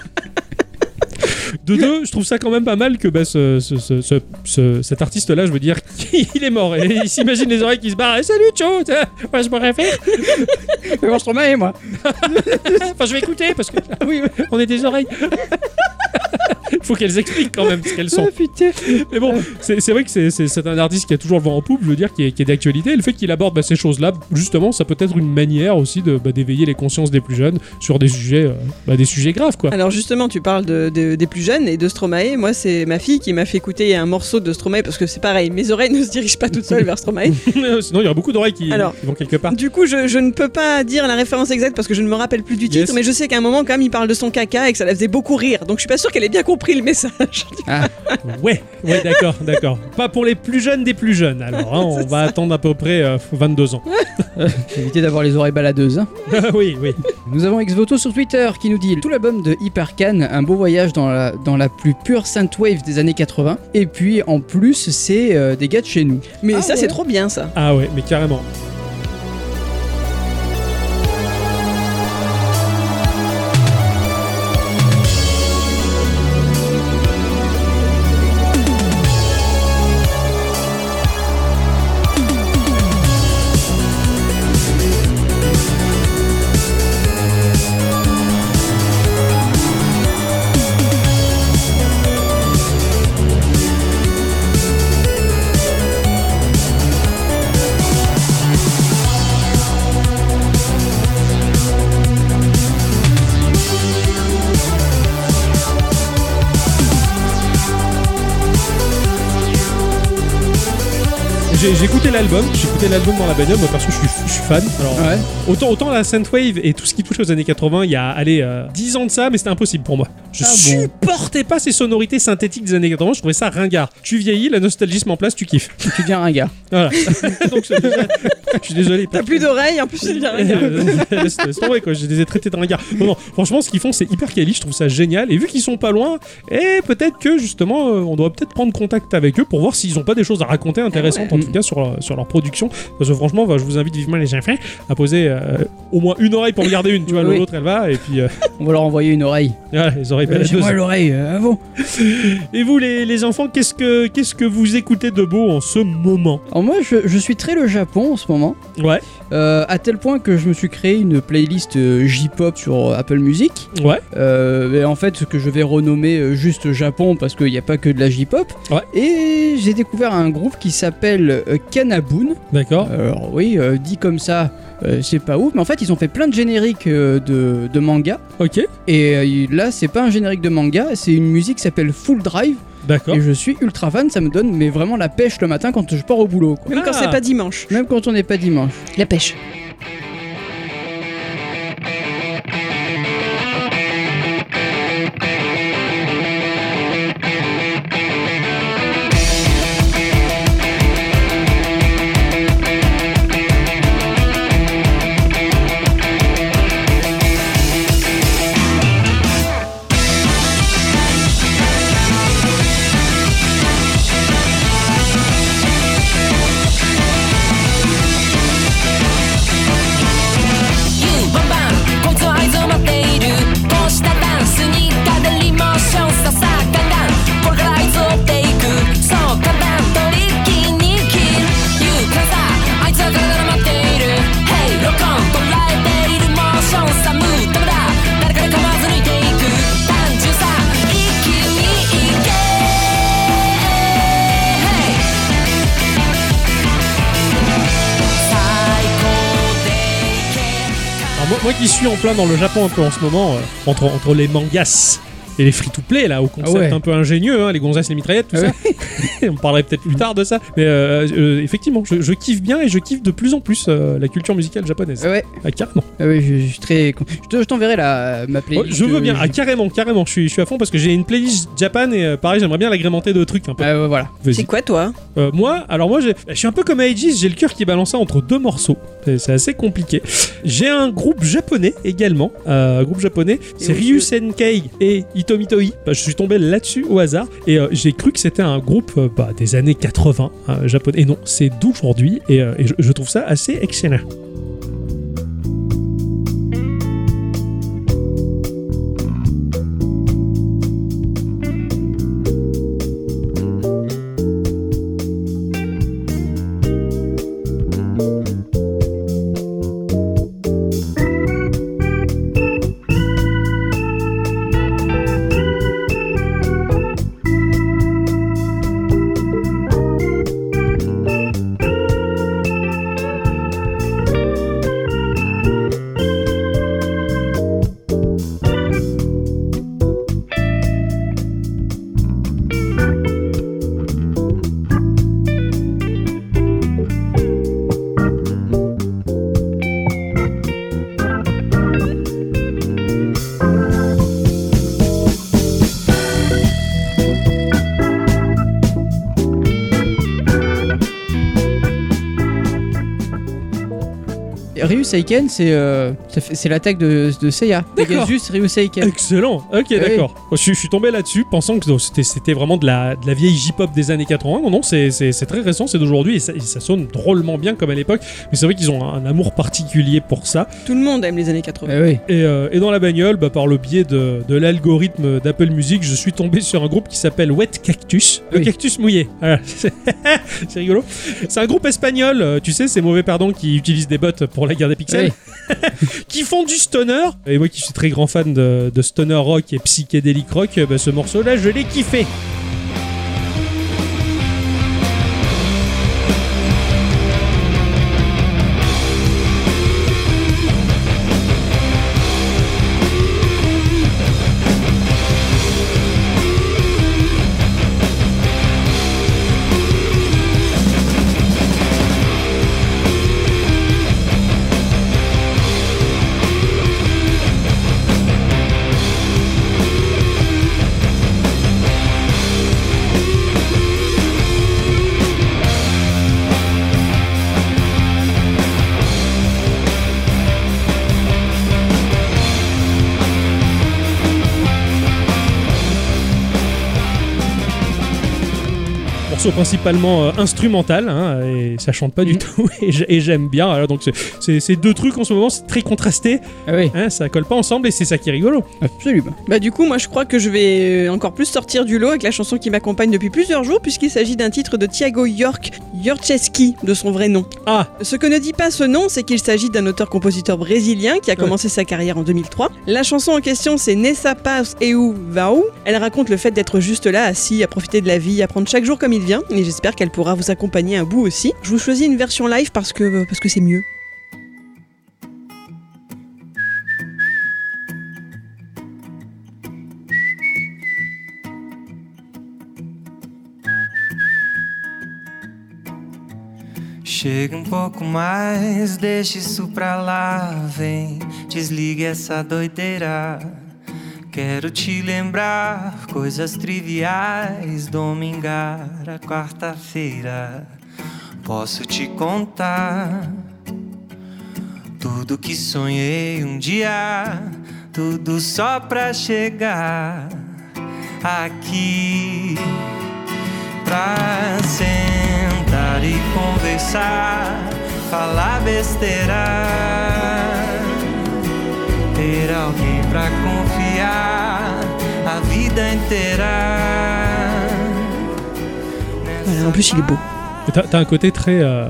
De deux, je trouve ça quand même pas mal que bah, ce, ce- ce- ce- ce- cet artiste-là, je veux dire, il est mort et il s'imagine les oreilles qui se barrent. Eh, salut, ciao, tiens, moi je me réfère.
Mais moi je Stromae, moi.
Enfin, je vais écouter parce que ah oui, on est des oreilles. Faut qu'elles expliquent quand même ce qu'elles sont.
Ah, putain.
Mais bon, c'est c'est vrai que c'est- c'est c'est un artiste qui a toujours le vent en poupe, je veux dire, qui est, qui est d'actualité. Et le fait qu'il aborde bah, ces choses-là, justement, ça peut être une manière aussi de bah, d'éveiller les consciences des plus jeunes sur des sujets, euh, bah, des sujets graves, quoi.
Alors justement tu parles de- de- des plus jeunes et de Stromae. Moi c'est ma fille qui m'a fait écouter un morceau de Stromae parce que c'est pareil, mes oreilles ne se dirigent pas toutes seules vers Stromae.
Sinon, il y aura beaucoup d'oreilles qui,
Alors-
qui vont quelque part.
Du coup je, je ne peux pas dire la référence exacte parce que je ne me rappelle plus du titre,
Yes.
mais je sais qu'à un moment quand même il parle de son caca et que ça la faisait beaucoup rire. Donc je suis pas sûre qu'elle ait bien compris le message.
Ouais, ouais, d'accord, d'accord. Pas pour les plus jeunes des plus jeunes, alors. hein, on va attendre à peu près euh, 22 ans.
Évitez d'avoir les oreilles baladeuses. hein.
oui, oui.
Nous avons Xvoto sur Twitter qui nous dit tout l'album de Hypercan, un beau voyage dans la, dans la plus pure synthwave des années 80. Et puis en plus, c'est euh, des gars de chez nous.
Mais
Ah
ça
ouais.
c'est trop bien ça.
Ah ouais, mais carrément. J'ai j'ai écouté l'album, j'ai écouté l'album dans la bagnole, moi perso je suis, je suis fan. Alors,
Ouais.
Autant, autant la Synthwave et tout ce qui touche aux années 80, il y a allez, euh, 10 ans de ça, mais c'était impossible pour moi. Je
Ah bon
supportais pas ces sonorités synthétiques des années 80, je trouvais ça ringard. Tu vieillis, la nostalgie se met en place, tu kiffes.
Tu deviens un gars.
Voilà. Donc c'est déjà- je suis désolé.
T'as plus d'oreilles en plus c'est bien.
Euh, laisse- laisse tomber, quoi, je les ai traités de ringards. Non, non, franchement, ce qu'ils font, c'est hyper quali, je trouve ça génial. Et vu qu'ils sont pas loin, et peut-être que justement, euh, on doit peut-être prendre contact avec eux pour voir s'ils ont pas des choses à raconter
Ah
intéressantes, en tout cas sur, leur- sur leur production. Parce que franchement, bah, je vous invite vivement, les enfants, à poser euh, au moins une oreille pour me garder une. Tu vois,
Oui.
l'autre, elle va, et puis euh,
On va leur envoyer une oreille.
voilà, les oreilles
Euh, j'ai
baladeuses.
moi l'oreille euh, avant.
Et vous, les, les enfants, qu'est-ce que qu'est-ce que vous écoutez de beau en ce moment
Alors moi, je, je suis très le Japon en ce moment.
Ouais,
Euh, à tel point que je me suis créé une playlist euh, J-pop sur euh, Apple Music.
ouais.
Euh, et en fait, ce que je vais renommer euh, juste Japon parce qu'il n'y a pas que de la J-pop.
Ouais.
Et j'ai découvert un groupe qui s'appelle euh, Kanabun.
D'accord.
Alors oui, euh, dit comme ça, euh, c'est pas ouf, mais en fait, ils ont fait plein de génériques euh, de, de manga.
Ok.
Et euh, là, c'est pas un générique de manga, c'est une musique qui s'appelle Full Drive.
D'accord.
Et je suis ultra fan, ça me donne mais vraiment la pêche le matin quand je pars au boulot. quoi.
Même quand
Ah.
c'est pas dimanche.
Même quand on n'est pas dimanche.
La pêche.
Ah, Moi qui suis en plein dans le Japon un peu en ce moment, euh, entre, entre les mangas et les free-to-play, là, au concept
Ah ouais.
un peu ingénieux, hein, les gonzesses, les mitraillettes, tout
Ah
ça. On parlerait peut-être plus tard de ça. Mais euh, euh, effectivement, je, je kiffe bien et je kiffe de plus en plus euh, la culture musicale japonaise.
Ouais,
Ah, carrément.
ah ouais, je, je suis très. con- Je te- je t'enverrai la ma
Ouais,
playlist.
je veux
euh,
bien. Ah,
je-
carrément, carrément. Je suis, je suis à fond parce que j'ai une playlist Japan et euh, pareil, j'aimerais bien l'agrémenter de trucs un peu.
Ah ouais, voilà.
Vas-y.
C'est quoi toi
Euh, moi, alors moi, j'ai- je suis un peu comme Aegis, j'ai le cœur qui est balancé entre deux morceaux. C'est c'est assez compliqué. J'ai un groupe japonais également. euh, un groupe japonais, c'est
oui,
Ryu
je-
Senkei et Itomi Toi. Bah, je suis tombé là-dessus au hasard et euh, j'ai cru que c'était un groupe euh, bah, des années 80 hein, japonais. Et non, c'est d'aujourd'hui et, euh, et je, je trouve ça assez excellent.
Ryu Seiken, c'est euh, ça fait- c'est l'attaque de, de Seiya.
D'accord.
Pegasus, Ryu Seiken.
Excellent. Ok,
Oui.
d'accord. Oh, Je, suis- je suis tombé là-dessus pensant que donc, c'était c'était vraiment de la, de la vieille J-pop des années 80. Non, non, c'est- c'est c'est très récent, c'est d'aujourd'hui et, ça- et ça sonne drôlement bien comme à l'époque. Mais c'est vrai qu'ils ont un- un amour particulier pour ça.
Tout le monde aime les années 80.
Ah oui.
Et, euh, et dans la bagnole, bah, par le biais de, de l'algorithme d'Apple Music, je suis tombé sur un groupe qui s'appelle Wet Cactus. Le
Oui.
cactus mouillé. Voilà. C'est c'est rigolo. C'est un groupe espagnol, euh, tu sais, ces mauvais pardon qui utilisent des bots pour la guerre des pixels, qui font du stoner. Et moi qui suis très grand fan de, de stoner rock et psychédélique rock, euh, bah, ce morceau-là, je l'ai kiffé. morceau principalement euh, instrumental hein, et ça chante pas du
Mhm.
tout et j'- et j'aime bien alors donc c'est- c'est ces deux trucs en ce moment c'est très contrasté
Ah oui,
hein, ça colle pas ensemble et c'est ça qui est rigolo
absolument.
Bah du coup moi je crois que je vais euh, encore plus sortir du lot avec la chanson qui m'accompagne depuis plusieurs jours puisqu'il s'agit d'un titre de Tiago York Yorcheski de son vrai nom.
Ah.
Ce que ne dit pas ce nom c'est qu'il s'agit d'un auteur-compositeur brésilien qui a commencé sa carrière en 2003. La chanson en question c'est Nessa Paz Eu Vau. Elle raconte le fait d'être juste là assis à profiter de la vie, à prendre chaque jour comme il vient et j'espère qu'elle pourra vous accompagner un bout aussi. Je vous choisis une version live parce que euh, parce que c'est mieux.
Chega um pouco mais, deixa isso pra lá, vem, desligue essa doideira. Quero te lembrar coisas triviais, domingar a quarta-feira. Posso te contar tudo que sonhei um dia, tudo só pra chegar aqui pra sentar e conversar, falar besteira, ter alguém pra confiar a vida inteira.
Voilà, en plus il est beau.
Mais t'as t'as un côté très euh,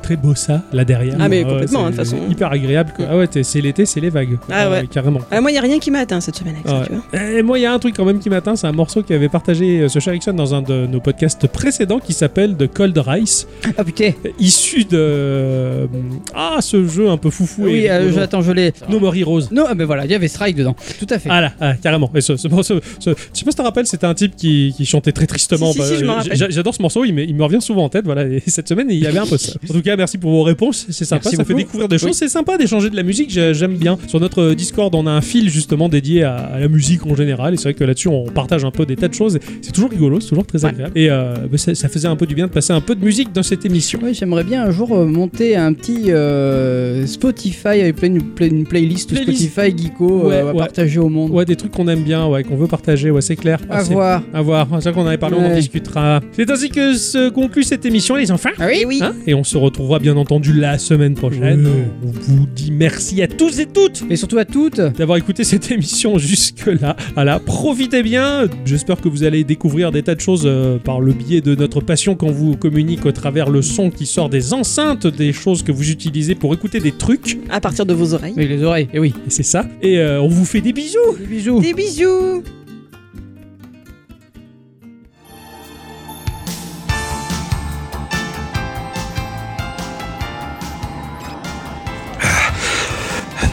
sacré bossa là derrière.
Ah, mais
Ouais,
complètement, hein, de
c'est
toute façon.
Hyper agréable. quoi.
Mm.
Ah ouais, t'es- c'est l'été, c'est les vagues. quoi.
Ah ouais.
Carrément.
Ah, moi, il n'y a rien qui m'a atteint cette semaine avec ça,
Ouais.
tu vois.
Et moi, il y a un truc quand même qui m'atteint, c'est un morceau qu'avait partagé euh, ce Erickson dans un de nos podcasts précédents qui s'appelle The Cold Rice,
Ah putain
euh, issu de euh, ah ce jeu un peu foufou.
Oui,
et
euh,
rigolo.
je- attends, je l'ai.
No More Heroes.
Non, ah, ben voilà, il y avait Strike dedans. Tout à fait.
Ah là, ah, carrément. Et ce, ce morceau- ce- je sais pas si tu te rappelles, c'était un type qui, qui chantait très tristement.
Si, si, si, je m'en
j'a-
rappelle.
j'a- J'adore ce morceau, il me, il me revient souvent en tête. Voilà, et cette semaine, il y avait un peu ça. En tout cas, merci pour vos réponses, c'est sympa,
Merci
ça fait
beaucoup.
découvrir des choses,
Oui.
c'est sympa d'échanger de la musique, j'a- j'aime bien. Sur notre euh, Discord, on a un fil justement dédié à, à la musique en général, et c'est vrai que là-dessus, on partage un peu des tas de choses. et C'est toujours rigolo, c'est toujours très
Ouais.
agréable. Et euh, bah, ça, ça faisait un peu du bien de passer un peu de musique dans cette émission.
Oui, j'aimerais bien un jour euh, monter un petit euh, Spotify avec plein, plein- une playlist,
Playlist.
Spotify Geeko euh,
Ouais,
à
ouais.
partager au monde.
Ouais, des trucs qu'on aime bien, ouais, qu'on veut partager, ouais, c'est clair.
À
Ah, c'est-
voir.
À voir, c'est ça qu'on en avait parlé, on en
Ouais.
discutera. C'est ainsi que se conclut cette émission, les enfants.
Ah oui, oui.
Hein et on se retrouvera bien entendu la semaine prochaine.
Ouais.
On vous dit merci à tous et toutes
Et surtout à toutes.
d'avoir écouté cette émission jusque-là. Voilà, profitez bien. J'espère que vous allez découvrir des tas de choses euh, par le biais de notre passion qu'on vous communique au travers le son qui sort des enceintes, des choses que vous utilisez pour écouter des trucs.
À partir de vos oreilles.
Avec les oreilles, et oui.
Et c'est ça. Et euh, on vous fait des bisous.
Des bisous.
Des bisous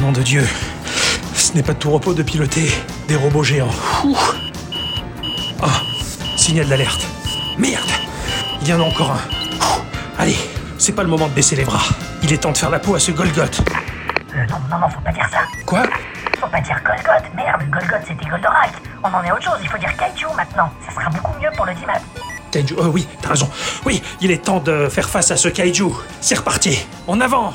Nom de Dieu, ce n'est pas de tout repos de piloter des robots géants. Ouh. Ah, signal d'alerte. Merde, il y en a encore un. Ouh. Allez, c'est pas le moment de baisser les bras. Il est temps de faire la peau à ce Golgoth.
Euh, Non, non, faut pas dire ça.
Quoi
Faut pas dire Golgoth. Merde, Golgoth c'était Goldorak. On en est à autre chose, il faut dire Kaiju maintenant. Ça sera beaucoup mieux pour le dimanche.
Kaiju, oh oui, t'as raison. Oui, il est temps de faire face à ce Kaiju. C'est reparti, en avant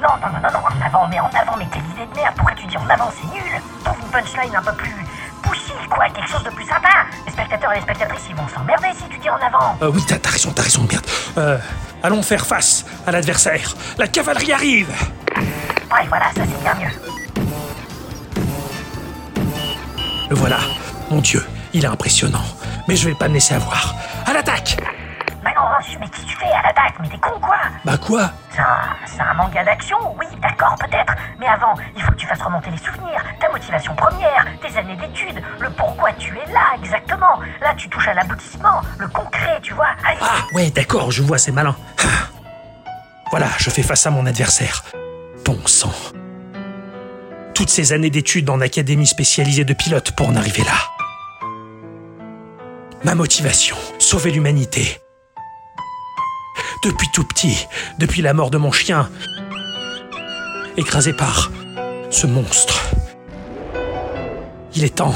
Non, non, non, non, non, en avant, mais en avant, mais quelle idée de merde. Pourquoi tu dis en avant, c'est nul. Trouve une punchline un peu plus poussive, quoi, quelque chose de plus sympa. Les spectateurs et les spectatrices, ils vont s'emmerder si tu dis en avant.
Euh, Oui, t'as t'as raison, t'as raison, merde. Euh, allons faire face à l'adversaire. La cavalerie arrive
Ouais, voilà, ça c'est bien mieux.
Le voilà. Mon Dieu, il est impressionnant. Mais je vais pas me laisser avoir. À l'attaque
Mais non, Roche, mais qu'est-ce que tu fais à l'attaque Mais t'es con, quoi
Bah quoi
C'est un, c'est un manga d'action, oui, d'accord, peut-être. Mais avant, il faut que tu fasses remonter les souvenirs, ta motivation première, tes années d'études, le pourquoi tu es là exactement. Là, tu touches à l'aboutissement, le concret, tu vois. Allez,
Ah ouais, d'accord, je vois, c'est malin. Ah. Voilà, je fais face à mon adversaire. Bon sang. Toutes ces années d'études en académie spécialisée de pilote pour en arriver là. Ma motivation, sauver l'humanité. Depuis tout petit, depuis la mort de mon chien, écrasé par ce monstre. Il est temps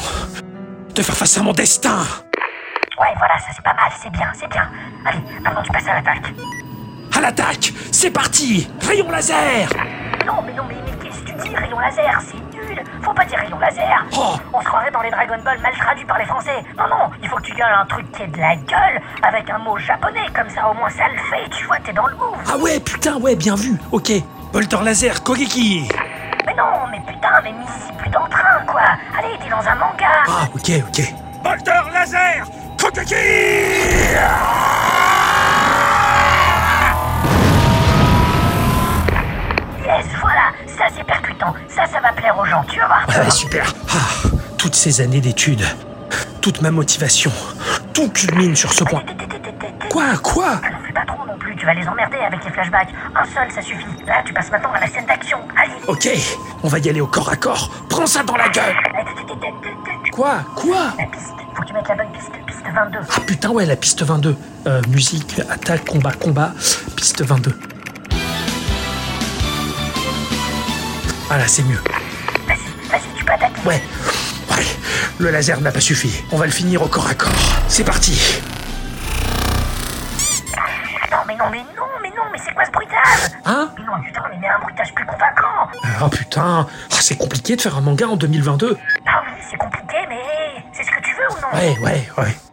de faire face à mon destin.
ouais, voilà, ça c'est pas mal, c'est bien, c'est bien. Allez, maintenant tu passes à l'attaque.
À l'attaque, c'est parti, rayon laser.
Non, mais non, mais, mais qu'est-ce que tu dis, rayon laser C'est nul Faut pas dire rayon laser
Oh.
On se croirait dans les Dragon Ball mal traduits par les Français Non, non, il faut que tu gueules un truc qui est de la gueule avec un mot japonais, comme ça au moins ça le fait, tu vois, t'es dans le move
Ah ouais, putain, ouais, bien vu. Ok. Bolter laser, Kogeki.
Mais non, mais putain, mais Missy, plus d'entrain, quoi Allez, t'es dans un manga
Ah, ok, ok. Bolter laser, Kogeki.
Yes, voilà Ça, c'est percutant Ça, ça va plaire aux gens, tu vas voir
Ah, super. Ah, toutes ces années d'études, toute ma motivation, tout culmine sur ce point. Quoi, quoi
Ne fais pas trop non plus, tu vas les emmerder avec les flashbacks Un seul, ça suffit Là, tu passes maintenant à la scène d'action Allez
Ok, on va y aller au corps à corps. Prends ça dans la gueule. Quoi, quoi
La piste, faut que tu mettes la bonne piste, piste 22
Ah putain, ouais, la piste 22. Euh, musique, attaque, combat, combat, piste 22. Ah là, c'est mieux.
Vas-y, vas-y, tu peux attaquer
Ouais. Ouais. Le laser n'a pas suffi. On va le finir au corps à corps. C'est parti.
Non, mais non, mais non, mais non, mais c'est quoi ce bruitage
Hein
Mais non, putain, mais mets un bruitage plus convaincant
Oh putain. Ah, c'est compliqué de faire un manga en 2022.
Ah oui, c'est compliqué, mais hey, c'est ce que tu veux ou non
Ouais, ouais, ouais.